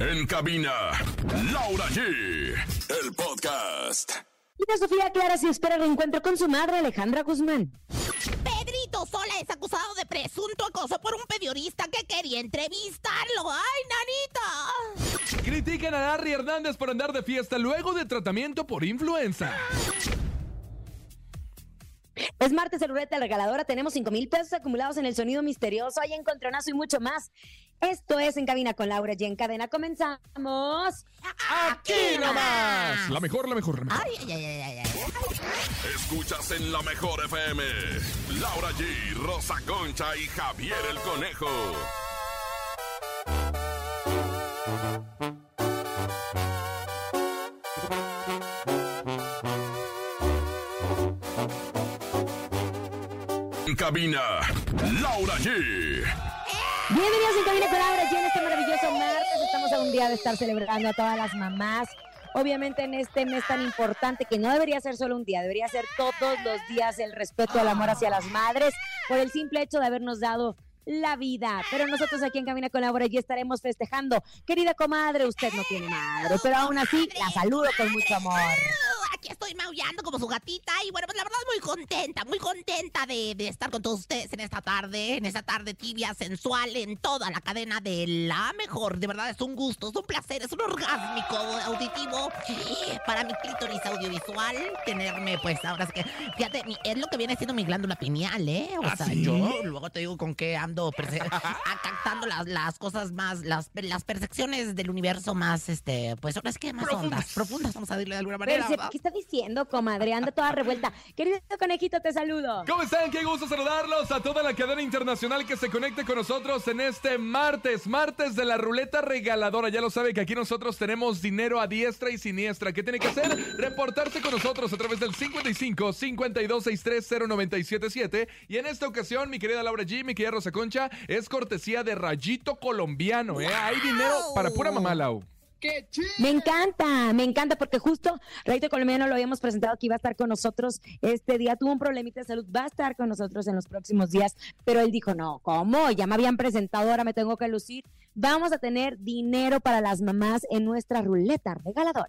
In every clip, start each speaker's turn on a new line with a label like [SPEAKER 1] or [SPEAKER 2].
[SPEAKER 1] En cabina, Laura G. El podcast.
[SPEAKER 2] Mira, Sofía Clara si espera el reencuentro con su madre, Alejandra Guzmán.
[SPEAKER 3] Pedrito Sola es acusado de presunto acoso por un periodista que quería entrevistarlo. ¡Ay, nanita!
[SPEAKER 4] Critican a Larry Hernández por andar de fiesta luego de tratamiento por influenza.
[SPEAKER 2] Es martes el ruleta regaladora. Tenemos 5 mil pesos acumulados en el sonido misterioso. Hay encontronazo y mucho más. Esto es En Cabina con Laura y en cadena comenzamos.
[SPEAKER 3] ¡Aquí nomás!
[SPEAKER 4] La mejor, la mejor, la mejor.
[SPEAKER 3] Ay, ay, ay, ay, ay, ay.
[SPEAKER 1] Escuchas en la mejor FM. Laura G, Rosa Concha y Javier el Conejo. En cabina, Laura G.
[SPEAKER 2] Bienvenidos en Cabina con Laura G en este maravilloso martes. Estamos a un día de estar celebrando a todas las mamás. Obviamente en este mes tan importante que no debería ser solo un día, debería ser todos los días el respeto al amor hacia las madres por el simple hecho de habernos dado la vida. Pero nosotros aquí en Cabina con Laura G estaremos festejando. Querida comadre, usted no tiene madre, pero aún así la saludo con mucho amor.
[SPEAKER 3] Uh, Aquí estoy maullando como su gatita y bueno, pues la verdad muy contenta, muy contenta de, de estar con todos ustedes en esta tarde, en esta tarde tibia, sensual, en toda la cadena de la mejor. De verdad es un gusto, es un placer, es un orgásmico auditivo para mi clítoris audiovisual tenerme pues ahora sí que, fíjate, mi- es lo que viene siendo mi glándula pineal, ¿eh? O
[SPEAKER 4] ¿Ah,
[SPEAKER 3] sea,
[SPEAKER 4] sí?
[SPEAKER 3] yo luego te digo con qué ando perse- a- captando las, las cosas más, las, las percepciones del universo más, este, pues ahora es que más
[SPEAKER 4] Profundas.
[SPEAKER 3] hondas, profundas, vamos a decirle de alguna
[SPEAKER 2] Pero,
[SPEAKER 3] manera.
[SPEAKER 2] se-
[SPEAKER 3] ¿va?
[SPEAKER 2] ¿Qué está diciendo, comadre? Anda toda revuelta. Querido conejito, te saludo.
[SPEAKER 4] ¿Cómo están? Qué gusto saludarlos a toda la cadena internacional que se conecte con nosotros en este martes, martes de la ruleta regaladora. Ya lo sabe que aquí nosotros tenemos dinero a diestra y siniestra. ¿Qué tiene que hacer? Reportarse con nosotros a través del 55 52 0977 Y en esta ocasión, mi querida Laura G, mi querida Rosa Concha, es cortesía de Rayito Colombiano. ¿eh? Hay dinero para pura mamá, Lau.
[SPEAKER 2] Me encanta, me encanta porque justo Rayito Colombiano lo habíamos presentado que iba a estar con nosotros este día, tuvo un problemita de salud, va a estar con nosotros en los próximos días, pero él dijo, no, ¿cómo? Ya me habían presentado, ahora me tengo que lucir. Vamos a tener dinero para las mamás en nuestra ruleta regaladora.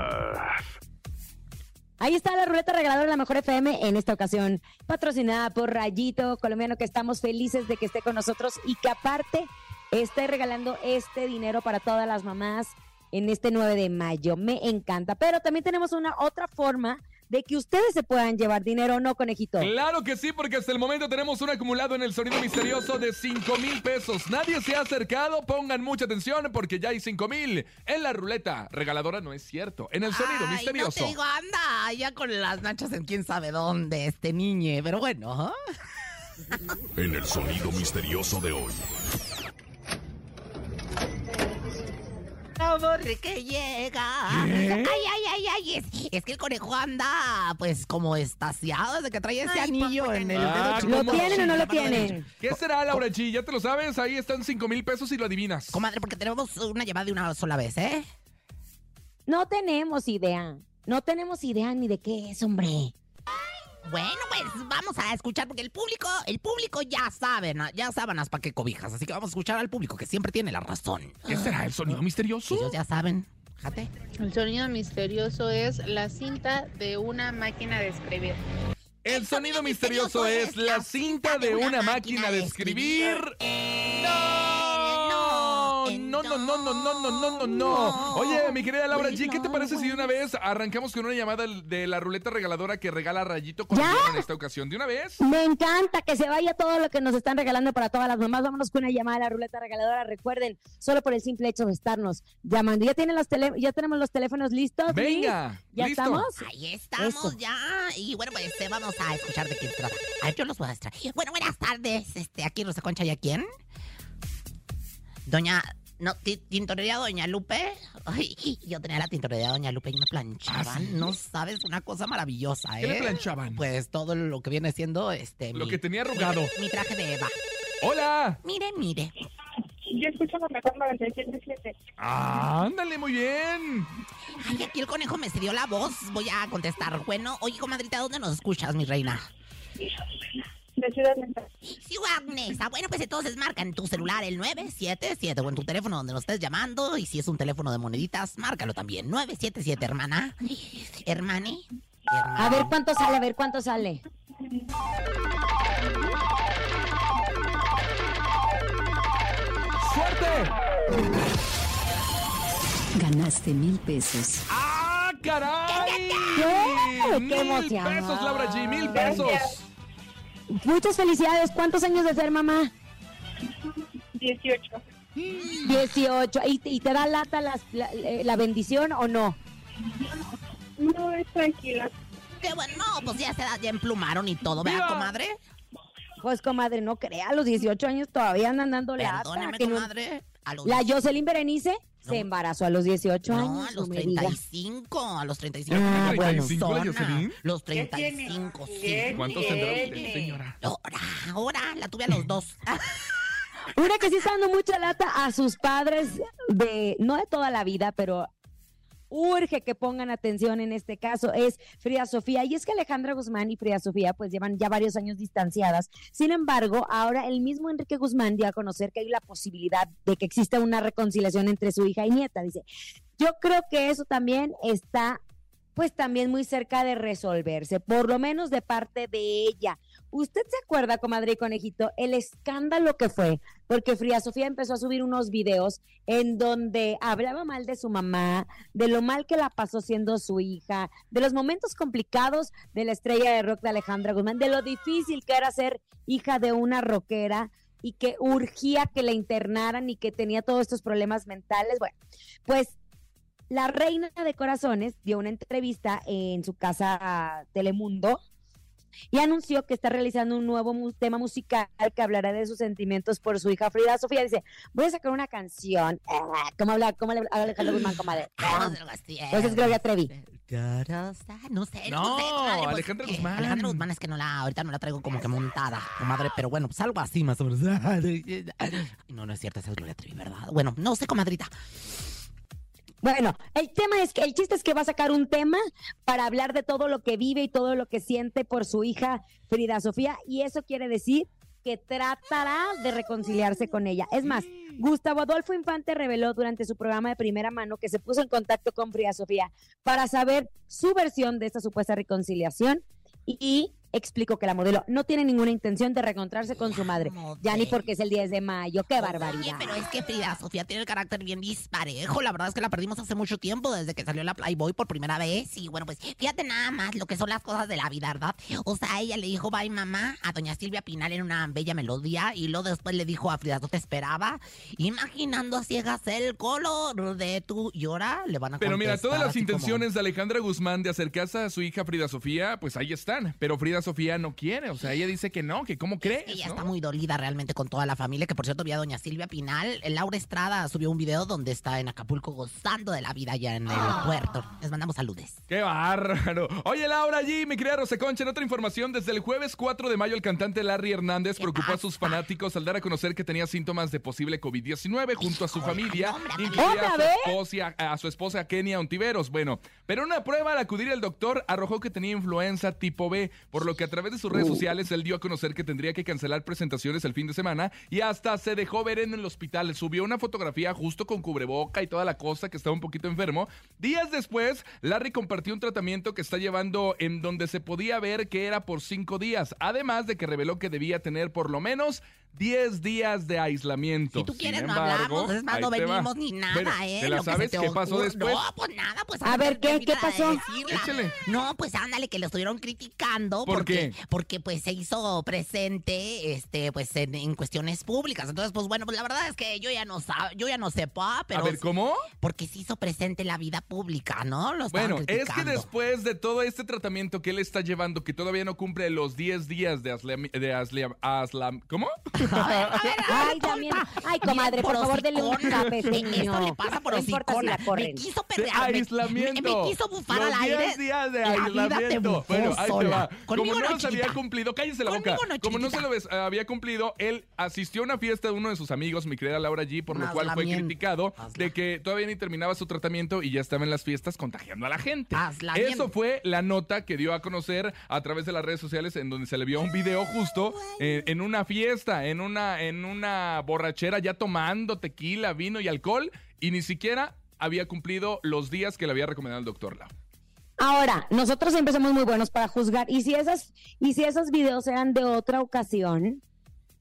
[SPEAKER 2] Ahí está la ruleta regaladora de la Mejor FM en esta ocasión, patrocinada por Rayito Colombiano, que estamos felices de que esté con nosotros y que aparte esté regalando este dinero para todas las mamás en este 9 de mayo. Me encanta. Pero también tenemos una otra forma de que ustedes se puedan llevar dinero, ¿no, conejito?
[SPEAKER 4] Claro que sí, porque hasta el momento tenemos un acumulado en el sonido misterioso de 5 mil pesos. Nadie se ha acercado, pongan mucha atención porque ya hay 5 mil en la ruleta. Regaladora no es cierto. En el sonido
[SPEAKER 3] Ay, No
[SPEAKER 4] misterioso.
[SPEAKER 3] te digo, anda, ya con las nachas en quién sabe dónde, este niñe, pero bueno. ¿ah? ajá.
[SPEAKER 1] En el sonido misterioso de hoy.
[SPEAKER 3] Como que llega. Ay, ay, ay, ay, es, es que el conejo anda, pues, como estaciado desde que trae ese anillo en el
[SPEAKER 4] Ah,
[SPEAKER 3] dedo.
[SPEAKER 4] ¿Lo
[SPEAKER 3] chiquito.
[SPEAKER 2] tienen o no lo
[SPEAKER 3] Sí, la mano
[SPEAKER 2] tienen?
[SPEAKER 3] derecha.
[SPEAKER 4] ¿Qué será, Laura G? Ya te lo sabes, ahí están 5 mil pesos y lo adivinas.
[SPEAKER 3] Comadre, porque tenemos una llamada de una sola vez, ¿eh?
[SPEAKER 2] No tenemos idea. No tenemos idea ni de qué es, hombre.
[SPEAKER 3] Bueno, pues vamos a escuchar porque el público, el público ya saben, ya sábanas para qué cobijas, así que vamos a escuchar al público que siempre tiene la razón.
[SPEAKER 4] ¿Qué será el sonido misterioso?
[SPEAKER 3] Ellos ya saben. Fíjate.
[SPEAKER 5] El sonido misterioso es la cinta de una máquina de escribir.
[SPEAKER 4] El sonido misterioso es la cinta de una máquina de escribir. No, no, no, no, no, no, no, no, no. Oye, mi querida Laura G, ¿qué te parece si de una vez arrancamos con una llamada de la ruleta regaladora que regala Rayito con en esta ocasión? ¿De una vez?
[SPEAKER 2] Me encanta que se vaya todo lo que nos están regalando para todas las mamás. Vámonos con una llamada a la ruleta regaladora. Recuerden, solo por el simple hecho de estarnos llamando. ¿Ya, tienen los tele- ya tenemos los teléfonos listos? Liz?
[SPEAKER 4] Venga,
[SPEAKER 2] ¿Ya
[SPEAKER 4] listo.
[SPEAKER 2] estamos?
[SPEAKER 3] Ahí estamos
[SPEAKER 2] Eso.
[SPEAKER 3] ya. Y bueno, pues eh, vamos a escuchar de quién se trata. A ver, yo los voy a extraer. Bueno, buenas tardes. Este, aquí Rosa Concha y a quién. Doña No, ti- tintorería Doña Lupe. Ay, yo tenía la tintorería Doña Lupe y me planchaban. No sabes, una cosa maravillosa, ¿eh?
[SPEAKER 4] Ah, ¿Qué le planchaban?
[SPEAKER 3] Pues todo lo que viene siendo este.
[SPEAKER 4] Lo
[SPEAKER 3] mi-
[SPEAKER 4] que tenía arrugado.
[SPEAKER 3] Mi traje de Eva.
[SPEAKER 4] ¡Hola!
[SPEAKER 3] Mire, mire.
[SPEAKER 6] Yo escucho la mejor 977.
[SPEAKER 4] ¡Ándale, muy bien!
[SPEAKER 3] Ay, aquí el conejo me cedió la voz. Voy a contestar. Bueno, oye, comadrita, ¿dónde nos escuchas, mi reina?
[SPEAKER 6] De Ciudad Mental.
[SPEAKER 3] Ciudad Neza. Bueno, pues entonces marca en tu celular el 977 o en tu teléfono donde nos estés llamando. Y si es un teléfono de moneditas, márcalo también. 977, hermana. Hermane.
[SPEAKER 2] A ver cuánto sale, a ver cuánto sale.
[SPEAKER 4] ¡Suerte!
[SPEAKER 7] Ganaste mil pesos.
[SPEAKER 4] ¡Ah, caray!
[SPEAKER 2] ¡Qué
[SPEAKER 4] ¡Mil
[SPEAKER 2] emoción!
[SPEAKER 4] pesos, Laura G! ¡Mil pesos!
[SPEAKER 6] Gracias.
[SPEAKER 2] Muchas felicidades. ¿Cuántos años de ser mamá?
[SPEAKER 6] 18.
[SPEAKER 2] 18. ¿Y, y te da lata las- la, eh, la bendición o no?
[SPEAKER 6] No, es tranquila.
[SPEAKER 3] Qué bueno, no, pues ya se da, ya emplumaron y todo, ¿verdad,
[SPEAKER 4] ¡Viva!
[SPEAKER 3] comadre?
[SPEAKER 2] Pues, comadre, no crea. A los 18 años todavía andan dando lata.
[SPEAKER 3] Perdóneme,
[SPEAKER 2] que no-
[SPEAKER 3] comadre. A los,
[SPEAKER 2] La Jocelyn Berenice
[SPEAKER 3] No.
[SPEAKER 2] se embarazó a los 18 años.
[SPEAKER 3] no, a los
[SPEAKER 2] no me digas.
[SPEAKER 3] 35, a los 35.
[SPEAKER 4] Ah,
[SPEAKER 3] Qué
[SPEAKER 4] bueno.
[SPEAKER 3] cabezona.
[SPEAKER 4] 35, la Jocelyn.
[SPEAKER 3] Los
[SPEAKER 6] ¿Qué tiene? Ah,
[SPEAKER 3] 35, sí.
[SPEAKER 6] ¿Qué
[SPEAKER 4] ¿Cuántos tendrá usted, señora?
[SPEAKER 3] Ahora, ahora, la tuve a los dos. Ah,
[SPEAKER 2] Una que sí está dando mucha lata a sus padres de, no de toda la vida, pero urge que pongan atención en este caso, es Frida Sofía. Y es que Alejandra Guzmán y Frida Sofía pues llevan ya varios años distanciadas. Sin embargo, ahora el mismo Enrique Guzmán dio a conocer que hay la posibilidad de que exista una reconciliación entre su hija y nieta. Dice, yo creo que eso también está pues también muy cerca de resolverse, por lo menos de parte de ella. ¿Usted se acuerda, comadre y conejito, el escándalo que fue? Porque Frida Sofía empezó a subir unos videos en donde hablaba mal de su mamá, de lo mal que la pasó siendo su hija, de los momentos complicados de la estrella de rock de Alejandra Guzmán, de lo difícil que era ser hija de una rockera y que urgía que la internaran y que tenía todos estos problemas mentales. Bueno, pues la reina de corazones dio una entrevista en su casa Telemundo y anunció que está realizando un nuevo mu- tema musical que hablará de sus sentimientos por su hija Frida Sofía. Dice, voy a sacar una canción. Ah, ¿Cómo habla? ¿Cómo le habla Alejandro Guzmán, comadre? Ah. Pues es Gloria Trevi.
[SPEAKER 3] Tarosa, eh. No sé, no,
[SPEAKER 4] No,
[SPEAKER 3] sé. comadre, pues,
[SPEAKER 4] Alejandra
[SPEAKER 3] que
[SPEAKER 4] Guzmán.
[SPEAKER 3] Alejandra Guzmán es que no la, ahorita no la traigo como que montada, comadre, pero bueno, pues algo así más o menos. Ay, No, no es cierto, esa es Gloria Trevi, ¿verdad? Bueno, no sé, comadrita.
[SPEAKER 2] Bueno, el tema es que el chiste es que va a sacar un tema para hablar de todo lo que vive y todo lo que siente por su hija Frida Sofía y eso quiere decir que tratará de reconciliarse con ella. Es más, Gustavo Adolfo Infante reveló durante su programa de primera mano que se puso en contacto con Frida Sofía para saber su versión de esta supuesta reconciliación y explicó que la modelo no tiene ninguna intención de reencontrarse con su madre, ya ni porque es el 10 de mayo. ¡Qué
[SPEAKER 3] Oye,
[SPEAKER 2] barbaridad!
[SPEAKER 3] pero es que Frida Sofía tiene el carácter bien disparejo. La verdad es que la perdimos hace mucho tiempo, desde que salió la Playboy por primera vez. Y bueno, pues fíjate nada más lo que son las cosas de la vida, ¿verdad? O sea, ella le dijo bye mamá a doña Silvia Pinal en una bella melodía. Y luego después le dijo a Frida, no te esperaba. Imaginando a ciegas el color de tu llora. Le van a
[SPEAKER 4] Pero mira,
[SPEAKER 3] contestar
[SPEAKER 4] todas las
[SPEAKER 3] así como,
[SPEAKER 4] intenciones de Alejandra Guzmán de acercarse a su hija Frida Sofía, pues ahí están. Pero Frida Sofía no quiere, o sea, ella dice que no, que cómo crees.
[SPEAKER 3] Ella
[SPEAKER 4] ¿no?
[SPEAKER 3] está muy dolida realmente con toda la familia, que por cierto vi a doña Silvia Pinal. Eh, Laura Estrada subió un video donde está en Acapulco gozando de la vida allá en el
[SPEAKER 4] Ah.
[SPEAKER 3] puerto. Les mandamos saludes.
[SPEAKER 4] ¡Qué bárbaro! Oye, Laura allí, mi querida Rosa Concha, en otra información, desde el jueves 4 de mayo el cantante Larry Hernández preocupó a sus fanáticos al dar a conocer que tenía síntomas de posible COVID-19 junto a su familia, incluida a su, esposa, a su esposa Kenia Ontiveros. Bueno, pero una prueba al acudir al doctor arrojó que tenía influenza tipo B, por lo que a través de sus redes sociales él dio a conocer que tendría que cancelar presentaciones el fin de semana y hasta se dejó ver en el hospital. Subió una fotografía justo con cubreboca y toda la cosa que estaba un poquito enfermo. Días después, Larry compartió un tratamiento que está llevando en donde se podía ver que era por cinco días, además de que reveló que debía tener por lo menos 10 días de aislamiento.
[SPEAKER 3] Si tú quieres,
[SPEAKER 4] Sin
[SPEAKER 3] no
[SPEAKER 4] embargo,
[SPEAKER 3] hablamos, es más,
[SPEAKER 4] ahí
[SPEAKER 3] no
[SPEAKER 4] te va.
[SPEAKER 3] venimos ni nada,
[SPEAKER 4] Bueno,
[SPEAKER 3] ¿eh?
[SPEAKER 4] ¿Te la
[SPEAKER 3] Lo que se
[SPEAKER 4] sabes
[SPEAKER 3] te
[SPEAKER 4] qué pasó
[SPEAKER 3] ocurra-
[SPEAKER 4] después?
[SPEAKER 3] No, pues nada, pues...
[SPEAKER 2] A ver,
[SPEAKER 3] no
[SPEAKER 2] ¿qué-
[SPEAKER 3] termina
[SPEAKER 2] qué
[SPEAKER 3] de
[SPEAKER 2] pasó?
[SPEAKER 3] decirla.
[SPEAKER 4] Échale.
[SPEAKER 3] No, pues ándale, que lo estuvieron criticando.
[SPEAKER 4] ¿Por
[SPEAKER 3] porque,
[SPEAKER 4] qué?
[SPEAKER 3] Porque, pues, se hizo presente, este, pues, en, en cuestiones públicas. Entonces, pues, bueno, pues, la verdad es que yo ya no sab- yo ya no sé, pa, pero...
[SPEAKER 4] A ver, ¿cómo?
[SPEAKER 3] Porque se hizo presente en la vida pública, ¿no? Lo estaban
[SPEAKER 4] Bueno, es que
[SPEAKER 3] criticando.
[SPEAKER 4] después de todo este tratamiento que él está llevando, que todavía no cumple los 10 días de, aslam- de aslam- aslam- ¿cómo?
[SPEAKER 3] A ver, a ver, a ver,
[SPEAKER 2] Ay, también.
[SPEAKER 3] compa.
[SPEAKER 2] Ay, comadre, por
[SPEAKER 3] Bien
[SPEAKER 2] favor, denle un
[SPEAKER 3] porosicona.
[SPEAKER 2] tapete,
[SPEAKER 3] Esto le
[SPEAKER 2] niño.
[SPEAKER 3] pasa por
[SPEAKER 2] No importa si
[SPEAKER 3] hocicona.
[SPEAKER 2] la corren.
[SPEAKER 3] Me quiso
[SPEAKER 4] De
[SPEAKER 3] perrear. me-
[SPEAKER 4] aislamiento.
[SPEAKER 3] Me, me quiso bufar
[SPEAKER 4] Los
[SPEAKER 3] al
[SPEAKER 4] 10
[SPEAKER 3] aire.
[SPEAKER 4] días de
[SPEAKER 3] La vida te
[SPEAKER 4] aislamiento.
[SPEAKER 3] bufó
[SPEAKER 4] Bueno, ahí te
[SPEAKER 3] sola.
[SPEAKER 4] va.
[SPEAKER 3] Conmigo
[SPEAKER 4] Como no
[SPEAKER 3] no,
[SPEAKER 4] los había
[SPEAKER 3] chiquita.
[SPEAKER 4] cumplido, cállense la boca.
[SPEAKER 3] Conmigo no,
[SPEAKER 4] Como no se
[SPEAKER 3] chiquita.
[SPEAKER 4] lo ves- había cumplido, él asistió a una fiesta de uno de sus amigos, mi querida Laura G, por lo
[SPEAKER 3] Hazla
[SPEAKER 4] cual fue
[SPEAKER 3] bien.
[SPEAKER 4] criticado
[SPEAKER 3] Hazla.
[SPEAKER 4] de que todavía ni terminaba su tratamiento y ya estaba en las fiestas contagiando a la gente.
[SPEAKER 3] Hazla bien.
[SPEAKER 4] Eso fue la nota que dio a conocer a través de las redes sociales en donde se le vio un video justo eh, en una fiesta, en una, en una borrachera ya tomando tequila, vino y alcohol y ni siquiera había cumplido los días que le había recomendado el doctor Lau.
[SPEAKER 2] Ahora, nosotros siempre somos muy buenos para juzgar. Y si esas, y si esos videos eran de otra ocasión,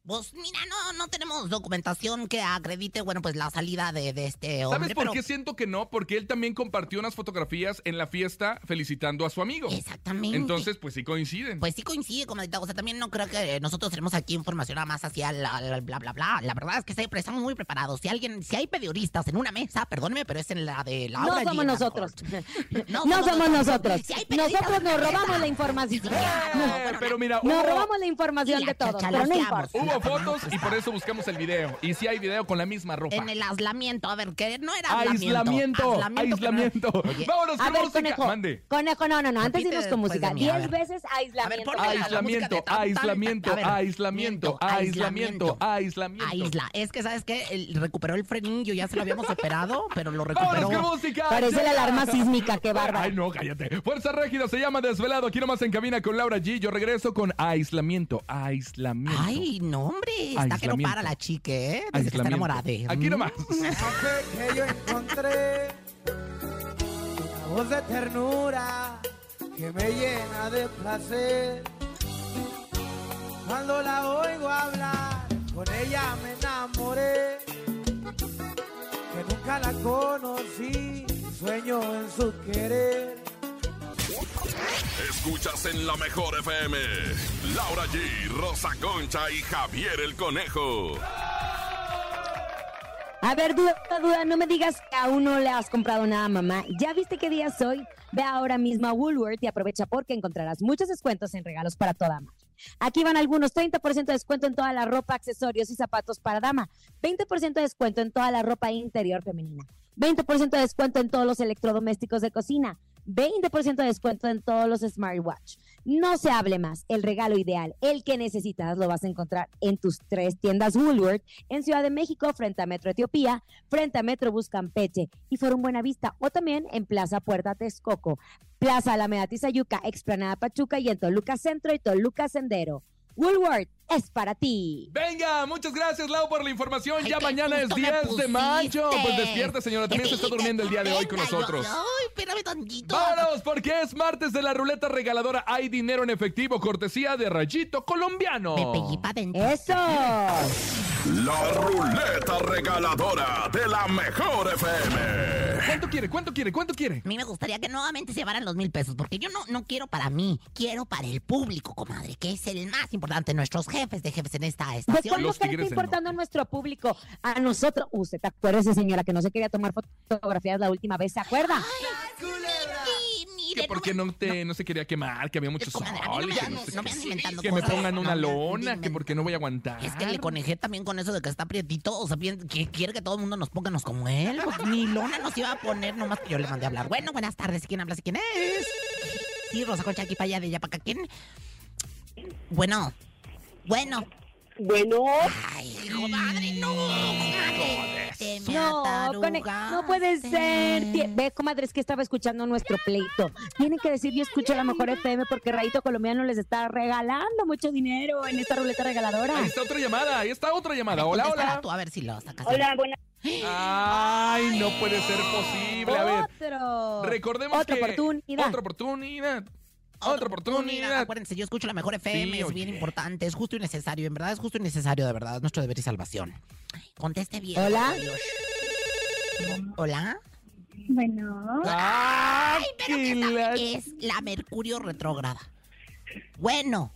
[SPEAKER 3] Pues mira, no, no tenemos documentación que acredite, bueno, pues la salida de, de este hombre.
[SPEAKER 4] ¿Sabes por
[SPEAKER 3] pero-
[SPEAKER 4] qué siento que no? Porque él también compartió unas fotografías en la fiesta felicitando a su amigo.
[SPEAKER 3] Exactamente.
[SPEAKER 4] Entonces, pues sí coinciden.
[SPEAKER 3] Pues sí coincide, comadita. O sea, también no creo que eh, nosotros tenemos aquí información nada más hacia la, la- bla, bla, bla. La verdad es que siempre estamos muy preparados. Si alguien, si hay periodistas en una mesa, perdóneme, pero es en la de la
[SPEAKER 2] no somos nosotros. No, somos nosotros.
[SPEAKER 3] Si hay periodistas
[SPEAKER 2] Nosotros
[SPEAKER 3] en la
[SPEAKER 2] nos
[SPEAKER 3] mesa.
[SPEAKER 2] robamos la información.
[SPEAKER 4] Eh, pero mira,
[SPEAKER 2] Nos
[SPEAKER 3] Oh,
[SPEAKER 4] hubo-
[SPEAKER 2] robamos la información
[SPEAKER 3] Y
[SPEAKER 2] de
[SPEAKER 3] la
[SPEAKER 2] todos, pero no
[SPEAKER 3] chachalaseamos.
[SPEAKER 2] importa.
[SPEAKER 4] Hubo fotos y por eso buscamos el video. Y si hay video con la misma ropa.
[SPEAKER 3] En el aislamiento, a ver, que no era
[SPEAKER 4] aislamiento.
[SPEAKER 3] aislamiento. que
[SPEAKER 4] Aislamiento.
[SPEAKER 3] no era- Oye,
[SPEAKER 4] Vámonos
[SPEAKER 2] A
[SPEAKER 4] con
[SPEAKER 2] ver,
[SPEAKER 4] música.
[SPEAKER 2] conejo.
[SPEAKER 4] Mande.
[SPEAKER 2] Conejo, no, no, no. Antes
[SPEAKER 3] Repite
[SPEAKER 2] irnos con
[SPEAKER 3] después de
[SPEAKER 2] música.
[SPEAKER 3] mí, a
[SPEAKER 2] Diez
[SPEAKER 3] ver.
[SPEAKER 2] veces
[SPEAKER 3] A ver,
[SPEAKER 2] aislamiento.
[SPEAKER 3] ponme la- la música de
[SPEAKER 4] Aislamiento,
[SPEAKER 3] tan, tan,
[SPEAKER 4] aislamiento,
[SPEAKER 3] tan. A ver,
[SPEAKER 4] aislamiento, aislamiento, aislamiento.
[SPEAKER 3] Aísla. Es que, ¿sabes qué? Él recuperó el frenillo, ya se lo habíamos operado, pero lo
[SPEAKER 4] ¡Vámonos con
[SPEAKER 3] recuperó.
[SPEAKER 4] música!
[SPEAKER 2] Parece la
[SPEAKER 4] Llega.
[SPEAKER 2] alarma sísmica, qué
[SPEAKER 4] Ay,
[SPEAKER 2] bárbaro.
[SPEAKER 4] no, cállate. Fuerza Régida se llama Desvelado. Aquí nomás en cabina con Laura G. Yo regreso con aislamiento, aislamiento.
[SPEAKER 3] Ay, no, hombre. Está que no
[SPEAKER 4] Aislamiento.
[SPEAKER 3] para la chique, ¿eh? Desde que está
[SPEAKER 4] Aislamiento.
[SPEAKER 3] enamorada. de-
[SPEAKER 4] Aquí nomás.
[SPEAKER 8] que yo encontré una voz de ternura que me llena de placer. Cuando la oigo hablar, con ella me enamoré, que nunca la conocí, sueño en su querer.
[SPEAKER 1] Escuchas en la mejor FM. Laura G, Rosa Concha y Javier el Conejo.
[SPEAKER 2] A ver, duda, duda, no me digas que aún no le has comprado nada, mamá. ¿Ya viste qué día es hoy? Ve ahora mismo a Woolworth y aprovecha porque encontrarás muchos descuentos en regalos para toda dama. Aquí van algunos, 30% de descuento en toda la ropa, accesorios y zapatos para dama, 20% de descuento en toda la ropa interior femenina, 20% de descuento en todos los electrodomésticos de cocina, 20% de descuento en todos los smartwatch. No se hable más, el regalo ideal, el que necesitas, lo vas a encontrar en tus tres tiendas Woolworth en Ciudad de México, frente a Metro Etiopía, frente a Metro Buscampeche y Forum Buenavista, o también en Plaza Puerta Texcoco, Plaza Alameda Tizayuca, Explanada Pachuca y en Toluca Centro y Toluca Sendero. Woolworth es para ti.
[SPEAKER 4] Venga, muchas gracias, Lau, por la información.
[SPEAKER 3] Ay,
[SPEAKER 4] ya
[SPEAKER 3] qué
[SPEAKER 4] mañana es
[SPEAKER 3] susto me
[SPEAKER 4] 10 de mayo.
[SPEAKER 3] pusiste.
[SPEAKER 4] Pues despierta, señora. También se está
[SPEAKER 3] Sí,
[SPEAKER 4] durmiendo el día de hoy con
[SPEAKER 3] contenta, yo-
[SPEAKER 4] nosotros.
[SPEAKER 3] Ay, espérame tantito.
[SPEAKER 4] Vámonos, porque es martes de la ruleta regaladora. Hay dinero en efectivo, cortesía de Rayito Colombiano.
[SPEAKER 3] Me pellí pa' dentro.
[SPEAKER 2] ¡Eso!
[SPEAKER 1] La ruleta regaladora de la mejor FM.
[SPEAKER 4] ¿Cuánto quiere? ¿Cuánto quiere? ¿Cuánto quiere?
[SPEAKER 3] A mí me gustaría que nuevamente se llevaran los mil pesos, porque yo no, no quiero para mí, quiero para el público, comadre, que es el más importante, nuestros jefes de jefes en esta
[SPEAKER 2] ¿De
[SPEAKER 3] estación.
[SPEAKER 2] cuándo
[SPEAKER 4] Los
[SPEAKER 2] está
[SPEAKER 4] Tigres del
[SPEAKER 2] importando a nuestro público? A nosotros. uh, ¿Usted te acuerdas de esa señora que no se quería tomar fotografías la última vez? ¿Se acuerda?
[SPEAKER 3] Sí, mire,
[SPEAKER 4] Que porque no, te, no se quería quemar, que había mucho
[SPEAKER 3] Eh,
[SPEAKER 4] sol.
[SPEAKER 3] comadre, a mí no me
[SPEAKER 4] y que
[SPEAKER 3] hagan-
[SPEAKER 4] sé
[SPEAKER 3] no me
[SPEAKER 4] qué.
[SPEAKER 3] anden inventando
[SPEAKER 4] Que me
[SPEAKER 3] cosas.
[SPEAKER 4] pongan
[SPEAKER 3] No
[SPEAKER 4] una
[SPEAKER 3] me anden
[SPEAKER 4] lona, que
[SPEAKER 3] inventando.
[SPEAKER 4] porque no voy a aguantar.
[SPEAKER 3] Es que le conejé también con eso de que está prietito, o sea, bien, que quiere que todo el mundo nos pónganos como él. Pues ni lona nos iba a poner, nomás que yo le mandé a hablar. Bueno, buenas tardes, ¿quién habla? ¿Sí ¿Quién es? Sí, Rosa Concha, aquí para allá, de allá para acá. ¿Quién? Bueno, bueno.
[SPEAKER 9] Bueno,
[SPEAKER 3] Ay, comadre, no, comadre. Te me
[SPEAKER 2] Mm. No, cone- no puede
[SPEAKER 3] atarugaste.
[SPEAKER 2] ser. Tie- Ve, comadre, es que estaba escuchando nuestro pleito. Tienen que decir, yo escucho la mejor FM porque Rayito Colombiano les está regalando mucho dinero en esta ruleta regaladora.
[SPEAKER 4] Ahí está otra llamada, ahí está otra llamada. Hola,
[SPEAKER 3] Contéstala
[SPEAKER 4] hola.
[SPEAKER 3] Pues tú, a ver si lo sacas.
[SPEAKER 9] hola, buenas
[SPEAKER 4] Ay, no puede ser posible. A ver,
[SPEAKER 2] Otro.
[SPEAKER 4] recordemos
[SPEAKER 2] Otra
[SPEAKER 4] que-
[SPEAKER 2] oportunidad.
[SPEAKER 4] Otra oportunidad. Otra oportunidad.
[SPEAKER 3] Acuérdense, yo escucho la mejor FM,
[SPEAKER 4] Sí,
[SPEAKER 3] es bien
[SPEAKER 4] oye.
[SPEAKER 3] importante, es justo y necesario. En verdad es justo y necesario, de verdad. Es nuestro deber y salvación. Conteste bien.
[SPEAKER 2] Hola.
[SPEAKER 3] Dios. Hola.
[SPEAKER 6] Bueno,
[SPEAKER 4] Ah, que la-
[SPEAKER 3] Es la Mercurio retrógrada. Bueno.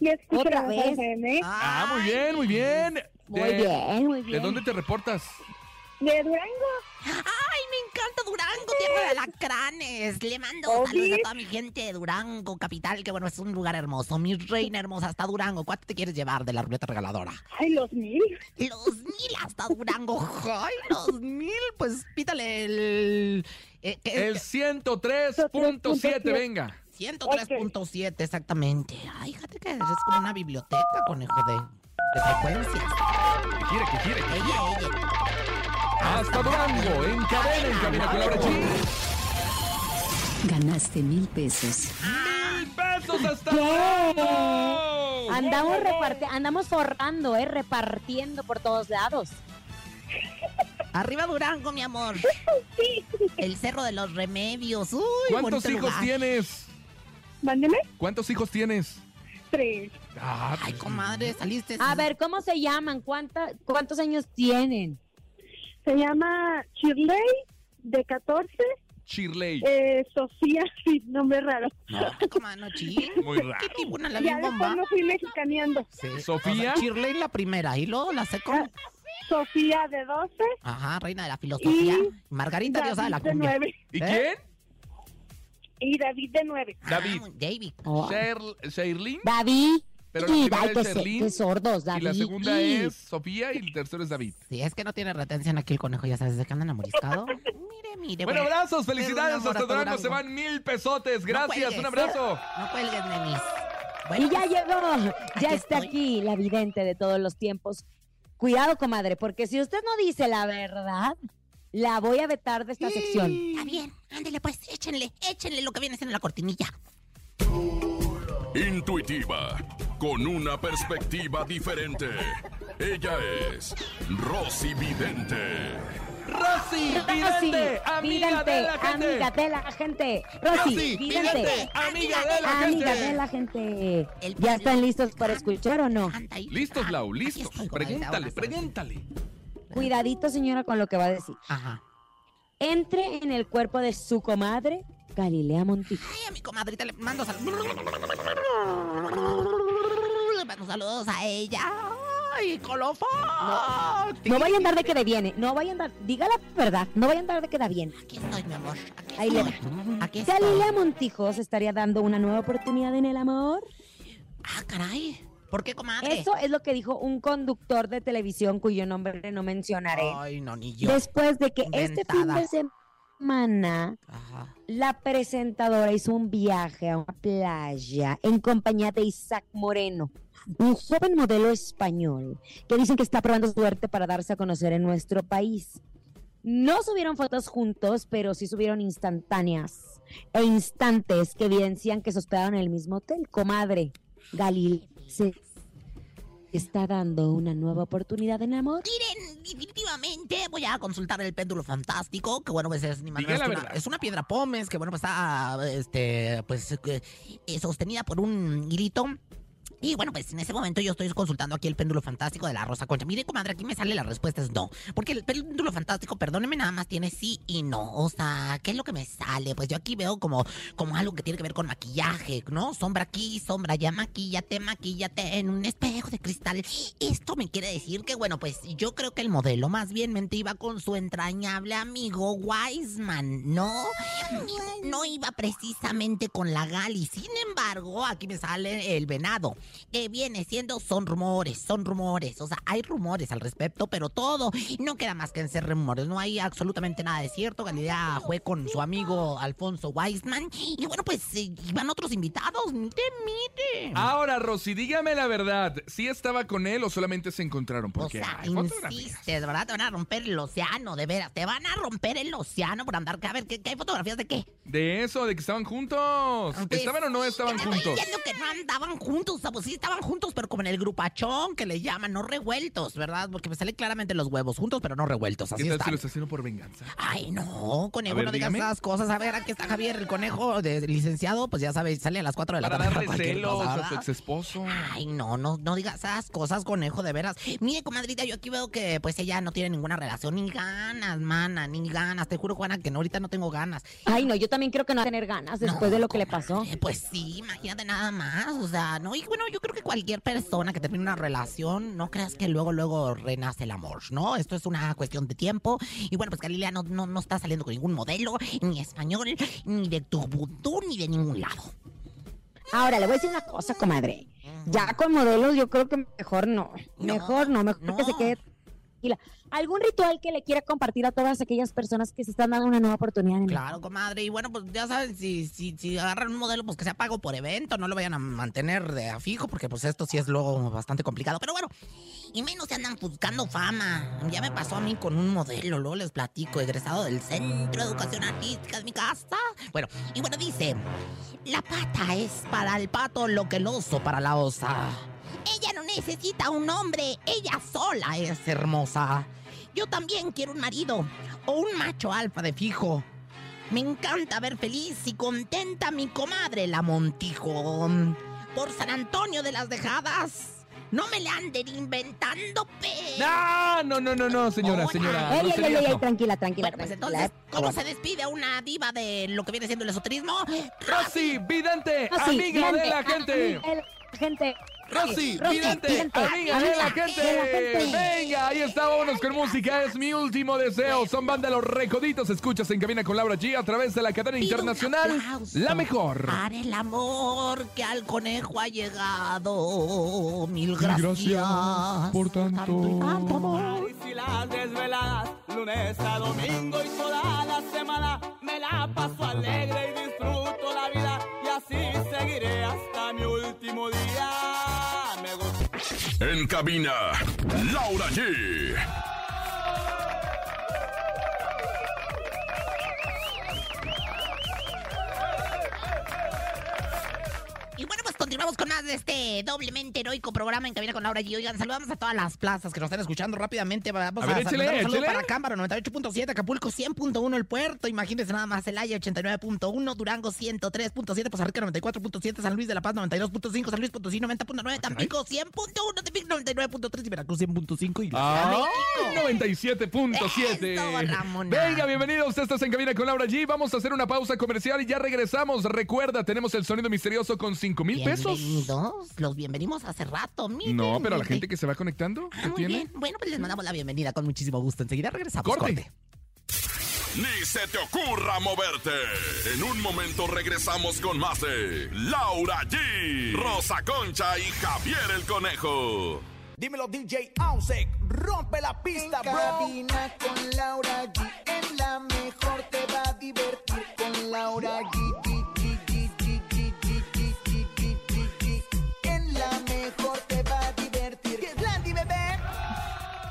[SPEAKER 6] yo escucho
[SPEAKER 2] ¿Otra
[SPEAKER 6] la
[SPEAKER 2] vez?
[SPEAKER 6] mejor FM
[SPEAKER 4] Ah, muy bien, muy bien.
[SPEAKER 2] Muy
[SPEAKER 4] De-
[SPEAKER 2] bien, muy
[SPEAKER 4] ¿De
[SPEAKER 2] bien.
[SPEAKER 4] dónde te reportas?
[SPEAKER 6] de Durango.
[SPEAKER 3] Ay, me encanta Durango. tierra de alacranes. Le mando saludos
[SPEAKER 6] Oye.
[SPEAKER 3] a toda mi gente de Durango, capital, que bueno, es un lugar hermoso. Mi reina hermosa, hasta Durango. ¿Cuánto te quieres llevar de la ruleta regaladora?
[SPEAKER 6] Ay, los mil.
[SPEAKER 3] Los mil hasta Durango. Ay, los mil. Pues pítale el. eh, que-
[SPEAKER 4] El 103.7, venga.
[SPEAKER 3] 103.7, exactamente. Ay, fíjate que eres como una biblioteca, conejo de, de frecuencias.
[SPEAKER 4] ¿Qué quiere? ¿Qué quiere?
[SPEAKER 3] Ella, ella.
[SPEAKER 4] Hasta Durango, en cadena, en cabina con Laura G.
[SPEAKER 7] Ganaste mil pesos.
[SPEAKER 4] ¡Mil pesos hasta Durango!
[SPEAKER 2] Andamos, reparte- andamos forrando, ¿eh? Repartiendo por todos lados.
[SPEAKER 3] Arriba Durango, mi amor. El cerro de los remedios. Uy,
[SPEAKER 4] ¿Cuántos
[SPEAKER 3] bonito
[SPEAKER 4] hijos
[SPEAKER 3] lugar.
[SPEAKER 4] tienes?
[SPEAKER 6] Mándeme
[SPEAKER 4] ¿Cuántos hijos tienes?
[SPEAKER 6] tres.
[SPEAKER 4] Ah,
[SPEAKER 3] Ay, comadre, saliste.
[SPEAKER 2] A ver, ¿cómo se llaman? ¿Cuánta, ¿Cuántos años tienen?
[SPEAKER 6] Se llama Shirley, de 14.
[SPEAKER 4] Chirley.
[SPEAKER 6] Eh, Sofía, sí, nombre raro.
[SPEAKER 3] No, comadre, no chile.
[SPEAKER 4] Muy raro.
[SPEAKER 3] ¿Qué tibuna la
[SPEAKER 6] ya
[SPEAKER 3] bien
[SPEAKER 6] después
[SPEAKER 3] bomba?
[SPEAKER 6] me fui mexicaneando.
[SPEAKER 4] Sofía.
[SPEAKER 3] Shirley la primera y luego la segunda.
[SPEAKER 6] Sofía, de 12.
[SPEAKER 3] Ajá, reina de la filosofía.
[SPEAKER 6] Y-
[SPEAKER 3] Margarita, diosa de la
[SPEAKER 6] David, de
[SPEAKER 3] cumbia.
[SPEAKER 6] 9.
[SPEAKER 4] ¿Y
[SPEAKER 3] ¿Eh?
[SPEAKER 4] quién?
[SPEAKER 6] Y David, de 9.
[SPEAKER 3] Ah,
[SPEAKER 4] David.
[SPEAKER 3] David.
[SPEAKER 2] Oh,
[SPEAKER 4] Sher- Sherlyn.
[SPEAKER 2] David.
[SPEAKER 4] Pero la primera
[SPEAKER 2] ay,
[SPEAKER 4] es
[SPEAKER 2] qué se-
[SPEAKER 4] Sherlyn,
[SPEAKER 2] qué sordos,
[SPEAKER 4] Y
[SPEAKER 2] David.
[SPEAKER 4] la segunda
[SPEAKER 2] y-
[SPEAKER 4] es Sofía y el tercero es David.
[SPEAKER 3] Sí, es que no tiene retención aquí el conejo, ya sabes, de que andan amoriscado. mire, mire.
[SPEAKER 4] Bueno, abrazos,
[SPEAKER 3] Pero un
[SPEAKER 4] felicidades.
[SPEAKER 3] amor
[SPEAKER 4] Hasta
[SPEAKER 3] hasta
[SPEAKER 4] Durango
[SPEAKER 3] Durango.
[SPEAKER 4] se van mil pesotes.
[SPEAKER 3] No
[SPEAKER 4] Gracias,
[SPEAKER 3] cuelgues.
[SPEAKER 4] un abrazo.
[SPEAKER 3] No cuelgues, nenis.
[SPEAKER 2] Y
[SPEAKER 3] Bueno,
[SPEAKER 2] ya
[SPEAKER 3] pues,
[SPEAKER 2] llegó, ya
[SPEAKER 3] aquí
[SPEAKER 2] está
[SPEAKER 3] estoy.
[SPEAKER 2] aquí la vidente de todos los tiempos. Cuidado, comadre, porque si usted no dice la verdad, la voy a vetar de esta sección.
[SPEAKER 3] Está bien, ándele pues, échenle, échenle lo que viene siendo la cortinilla.
[SPEAKER 1] Intuitiva, con una perspectiva diferente. Ella es Rosy Vidente.
[SPEAKER 4] Rosy,
[SPEAKER 2] Rosy,
[SPEAKER 4] vidente, amiga de la gente.
[SPEAKER 2] amiga de la gente. Rosy,
[SPEAKER 4] Rosy,
[SPEAKER 2] vidente,
[SPEAKER 4] vidente, amiga de la
[SPEAKER 2] amiga
[SPEAKER 4] gente.
[SPEAKER 2] de la gente.
[SPEAKER 3] El
[SPEAKER 2] ¿Ya están
[SPEAKER 3] pueblo
[SPEAKER 2] listos para
[SPEAKER 3] canta,
[SPEAKER 2] escuchar o no?
[SPEAKER 3] canta y-
[SPEAKER 4] Listos,
[SPEAKER 3] Ah,
[SPEAKER 4] Lau,
[SPEAKER 3] aquí
[SPEAKER 4] listos.
[SPEAKER 3] estoy, comadre,
[SPEAKER 4] Pregúntale,
[SPEAKER 3] ahora sí.
[SPEAKER 4] pregúntale.
[SPEAKER 2] Cuidadito, señora, con lo que va a decir.
[SPEAKER 3] Ajá.
[SPEAKER 2] Entre en el cuerpo de su comadre, Galilea Montijo.
[SPEAKER 3] Ay, a mi comadrita le mando saludos. Le mando saludos a ella. Ay, colofón.
[SPEAKER 2] No vaya a andar de que deviene, no vaya a andar, diga la verdad, no vaya a andar de que da bien.
[SPEAKER 3] Aquí estoy, mi amor. Aquí
[SPEAKER 2] Ahí le
[SPEAKER 3] estoy. Aquí estoy.
[SPEAKER 2] Galilea Montijo se estaría dando una nueva oportunidad en el amor.
[SPEAKER 3] Ah, caray. ¿Por qué, comadre?
[SPEAKER 2] Eso es lo que dijo un conductor de televisión cuyo nombre no mencionaré.
[SPEAKER 3] Ay, no, ni yo.
[SPEAKER 2] Después de que este fin
[SPEAKER 3] Inventada.
[SPEAKER 2] de semana
[SPEAKER 3] Ajá.
[SPEAKER 2] la presentadora hizo un viaje a una playa en compañía de Isaac Moreno, un joven modelo español que dicen que está probando suerte para darse a conocer en nuestro país. No subieron fotos juntos, pero sí subieron instantáneas e instantes que evidencian que se hospedaron en el mismo hotel. Comadre, Galil se está dando una nueva oportunidad en amor.
[SPEAKER 3] Miren, definitivamente voy a consultar el péndulo fantástico, que bueno, pues es ni más
[SPEAKER 4] Diga
[SPEAKER 3] menos
[SPEAKER 4] la
[SPEAKER 3] que una,
[SPEAKER 4] verdad.
[SPEAKER 3] es una piedra pómez, que bueno, pues está, este, pues, eh, eh, sostenida por un hilito. Y bueno, pues en ese momento yo estoy consultando aquí el péndulo fantástico de la Rosa Concha. Mire, comadre, aquí me sale la respuesta es no. Porque el péndulo fantástico, perdóneme, nada más tiene sí y no. O sea, ¿qué es lo que me sale? Pues yo aquí veo como, como algo que tiene que ver con maquillaje, ¿no? Sombra aquí, sombra allá, maquillate, maquillate en un espejo de cristal. Esto me quiere decir que, bueno, pues yo creo que el modelo más bien mente iba con su entrañable amigo Wiseman, ¿no? Y No iba precisamente con la Gali. Sin embargo, aquí me sale el venado que viene siendo son rumores, son rumores. O sea, hay rumores al respecto, pero todo no queda más que en ser rumores. No hay absolutamente nada de cierto. Galilea fue con su amigo Alfonso Weisman. Y bueno, pues eh, iban otros invitados. Mire, mire.
[SPEAKER 4] Ahora, Rosy, dígame la verdad. ¿Sí estaba con él o solamente se encontraron?
[SPEAKER 3] O
[SPEAKER 4] Porque
[SPEAKER 3] sea,
[SPEAKER 4] hay fotografías.
[SPEAKER 3] insistes, ¿verdad? Te van a romper el océano, de veras. Te van a romper el océano por andar. A ver, ¿qué, qué hay fotografías de qué?
[SPEAKER 4] De eso, de que estaban juntos.
[SPEAKER 3] Pues
[SPEAKER 4] ¿Estaban o no
[SPEAKER 3] sí,
[SPEAKER 4] estaban
[SPEAKER 3] ya te estoy
[SPEAKER 4] juntos?
[SPEAKER 3] diciendo que no andaban juntos, o sea, pues sí estaban juntos, pero como en el grupachón que le llaman, no revueltos, ¿verdad? Porque me sale claramente los huevos juntos, pero no revueltos,
[SPEAKER 4] ¿Qué
[SPEAKER 3] así
[SPEAKER 4] tal si
[SPEAKER 3] están.
[SPEAKER 4] lo está haciendo por venganza?
[SPEAKER 3] Ay, no, conejo,
[SPEAKER 4] ver,
[SPEAKER 3] no digas
[SPEAKER 4] dígame.
[SPEAKER 3] esas cosas. A ver, aquí está Javier, el conejo de licenciado, pues ya sabes, sale a las 4 de la
[SPEAKER 4] Para
[SPEAKER 3] tarde.
[SPEAKER 4] darle
[SPEAKER 3] cualquier
[SPEAKER 4] celos,
[SPEAKER 3] cosa.
[SPEAKER 4] a su
[SPEAKER 3] ¿verdad?
[SPEAKER 4] ex esposo.
[SPEAKER 3] Ay, no, no, no digas esas cosas, conejo, de veras. Mire, comadrita, yo aquí veo que pues ella no tiene ninguna relación, ni ganas, mana, ni ganas. Te juro, Juana, que no, ahorita no tengo ganas.
[SPEAKER 2] Ay, no, yo también creo que no va a tener ganas después de lo que le pasó.
[SPEAKER 3] Eh, Pues sí, imagínate nada más, o sea, no, y bueno, yo creo que cualquier persona que termine una relación, no creas que luego, luego renace el amor, ¿no? Esto es una cuestión de tiempo, y bueno, pues Galilea no, no, no está saliendo con ningún modelo, ni español, ni de Tubutú, ni de ningún lado.
[SPEAKER 2] Ahora, le voy a decir una cosa, comadre. Ya con modelos yo creo que mejor no.
[SPEAKER 3] No,
[SPEAKER 2] Mejor no, mejor
[SPEAKER 3] no.
[SPEAKER 2] que se quede tranquila. ¿Algún ritual que le quiera compartir a todas aquellas personas que se están dando una nueva oportunidad? en el-
[SPEAKER 3] Claro, comadre, y bueno, pues ya saben, si, si, si agarran un modelo, pues que sea pago por evento, no lo vayan a mantener de a fijo, porque pues esto sí es luego bastante complicado, pero bueno, y menos se andan buscando fama. Ya me pasó a mí con un modelo, luego les platico, egresado del Centro de Educación Artística de mi casa. Bueno, y bueno, dice, la pata es para el pato lo que el oso para la osa. Ella no necesita un hombre, ella sola es hermosa. Yo también quiero un marido o un macho alfa de fijo. Me encanta ver feliz y contenta a mi comadre, la Montijo. Por San Antonio de las Dejadas, no me la anden inventando, pe.
[SPEAKER 4] No, no, no, no, no, señora,
[SPEAKER 3] Hola.
[SPEAKER 4] señora.
[SPEAKER 2] Ey, ey, ey,
[SPEAKER 4] groserías
[SPEAKER 2] ey,
[SPEAKER 4] no.
[SPEAKER 2] tranquila, tranquila,
[SPEAKER 3] Bueno, pues
[SPEAKER 2] tranquila,
[SPEAKER 3] entonces,
[SPEAKER 2] por
[SPEAKER 3] ¿cómo
[SPEAKER 2] favor.
[SPEAKER 3] se despide una diva de lo que viene siendo el esoterismo?
[SPEAKER 4] Rosy, vidente,
[SPEAKER 2] Ah, sí,
[SPEAKER 4] amiga de
[SPEAKER 2] grande,
[SPEAKER 4] la gente.
[SPEAKER 2] amiga de la gente.
[SPEAKER 4] Rosy,
[SPEAKER 2] Rosy,
[SPEAKER 4] vidente,
[SPEAKER 2] vidente,
[SPEAKER 4] amiga de la gente. Venga, ahí está, vámonos con música. Es mi último deseo. Son banda Los Recoditos. Escuchas en Cabina con Laura G a través de la cadena
[SPEAKER 3] Pido un
[SPEAKER 4] internacional.
[SPEAKER 3] aplauso.
[SPEAKER 4] La mejor.
[SPEAKER 3] Haré el amor que al conejo ha llegado. Mil
[SPEAKER 4] Mil
[SPEAKER 3] gracias.
[SPEAKER 4] gracias por
[SPEAKER 3] y tanto amor.
[SPEAKER 10] Y si las desveladas, lunes a domingo y toda la semana, me la paso alegre y disfruto la vida. Y así seguiré hasta mi último día. Me gusta.
[SPEAKER 1] En cabina, Laura G.
[SPEAKER 3] Y bueno, pues continuamos con más de este doblemente heroico programa en Cabina con Laura G. Oigan, saludamos a todas las plazas que nos están escuchando rápidamente. Vamos
[SPEAKER 4] A ver,
[SPEAKER 3] a,
[SPEAKER 4] échele,
[SPEAKER 3] saludar un saludo
[SPEAKER 4] échele.
[SPEAKER 3] para Cámara 98.7, Acapulco 100.1, El Puerto, imagínense nada más, Celaya 89.1, Durango 103.7, Poza Rica 94.7, San Luis de la Paz 92.5, San Luis Potosí
[SPEAKER 4] Ah,
[SPEAKER 3] 90.9, Tampico 100.1, Tepic 99.3 y Veracruz 100.5 y la Ciudad de
[SPEAKER 4] Ah,
[SPEAKER 3] México.
[SPEAKER 4] 97.7.
[SPEAKER 3] Eso, Ramona.
[SPEAKER 4] Venga, bienvenidos. Estás en cabina con Laura G. Vamos a hacer una pausa comercial y ya regresamos. Recuerda, tenemos el sonido misterioso con 5 mil pesos.
[SPEAKER 3] Bienvenidos, los bienvenimos hace rato, miren.
[SPEAKER 4] No, pero la
[SPEAKER 3] miren.
[SPEAKER 4] gente que se va conectando,
[SPEAKER 3] Ah,
[SPEAKER 4] ¿qué
[SPEAKER 3] muy
[SPEAKER 4] tiene?
[SPEAKER 3] bien. Bueno, pues les mandamos la bienvenida con muchísimo gusto. Enseguida regresamos.
[SPEAKER 4] Corte.
[SPEAKER 1] Ni se te ocurra moverte. En un momento regresamos con más de Laura G, Rosa Concha y Javier el Conejo.
[SPEAKER 10] Dímelo, DJ Ausek, rompe la pista,
[SPEAKER 8] En cabina con Laura G. En la mejor te va a divertir con Laura G. G, G, G, G, G, G, G, G, G, G, G. En la mejor te va a divertir. Landy, bebé.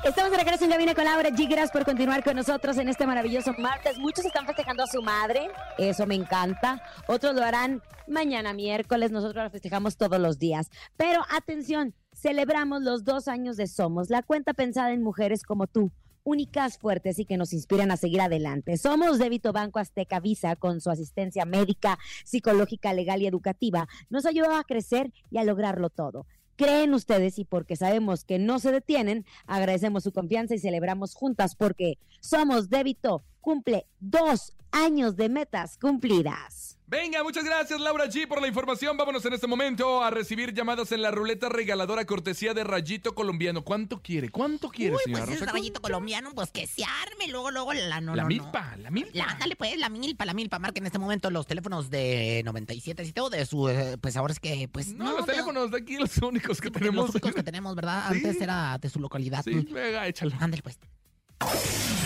[SPEAKER 2] Estamos de regreso en Cabina con Laura G. Gracias por continuar con nosotros en este maravilloso martes. Muchos están festejando a su madre, eso me encanta. Otros lo harán mañana miércoles, nosotros la festejamos todos los días. Pero atención, celebramos los dos años de Somos, la cuenta pensada en mujeres como tú. Únicas, fuertes y que nos inspiran a seguir adelante. Somos Débito Banco Azteca Visa con su asistencia médica, psicológica, legal y educativa. Nos ayuda a crecer y a lograrlo todo. Creen ustedes y porque sabemos que no se detienen, Agradecemos su confianza y celebramos juntas porque Somos Débito cumple dos años de metas cumplidas.
[SPEAKER 4] Venga, muchas gracias Laura G por la información. Vámonos en este momento a recibir llamadas en la ruleta regaladora cortesía de Rayito Colombiano. ¿Cuánto quiere? ¿Cuánto quiere,
[SPEAKER 3] Uy,
[SPEAKER 4] señora
[SPEAKER 3] pues ese
[SPEAKER 4] Rosa?
[SPEAKER 3] rayito colombiano, pues que se arme luego, luego la no,
[SPEAKER 4] la
[SPEAKER 3] no, no.
[SPEAKER 4] milpa, la milpa.
[SPEAKER 3] La, ándale, pues, la milpa, la milpa. Marca en este momento los teléfonos de 97 o de su. eh, pues ahora es que, pues.
[SPEAKER 4] No, los
[SPEAKER 3] de-
[SPEAKER 4] teléfonos de aquí los únicos que
[SPEAKER 3] sí, porque
[SPEAKER 4] tenemos.
[SPEAKER 3] Los únicos que tenemos, ¿verdad?
[SPEAKER 4] Sí.
[SPEAKER 3] Antes era de su localidad.
[SPEAKER 4] Sí, venga, échalo.
[SPEAKER 3] Ándale, pues.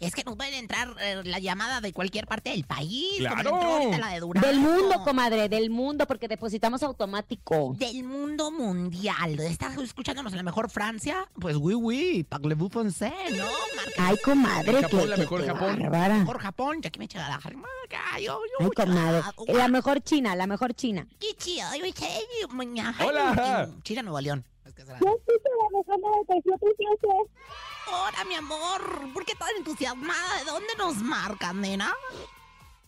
[SPEAKER 3] Es que nos pueden entrar eh, la llamada de cualquier parte del país. como
[SPEAKER 4] ¡Claro!
[SPEAKER 3] entró ahorita la de Durango.
[SPEAKER 2] Del mundo, comadre, del mundo, porque depositamos automático.
[SPEAKER 3] Del mundo mundial. ¿Estás escuchándonos en la mejor Francia? Pues oui, oui. Parlez-vous français, ¿no? Marca
[SPEAKER 2] Ay, comadre,
[SPEAKER 4] Japón,
[SPEAKER 2] que-
[SPEAKER 4] la
[SPEAKER 2] que-
[SPEAKER 4] mejor
[SPEAKER 2] que
[SPEAKER 4] Japón.
[SPEAKER 2] bárbara.
[SPEAKER 3] mejor Japón. Ya que me echa la marca. Ay, ay,
[SPEAKER 2] Ay,
[SPEAKER 3] ay,
[SPEAKER 2] comadre. eh,
[SPEAKER 3] ah,
[SPEAKER 2] La mejor China, la mejor China.
[SPEAKER 3] Qué chido, ay, güey, che, mañana.
[SPEAKER 4] Hola.
[SPEAKER 3] En China, Nuevo León. Es que será.
[SPEAKER 6] Yo escucho la mejor 97.7.
[SPEAKER 3] Hola, mi amor. ¿Por qué tan entusiasmada? ¿De dónde nos marcan, nena?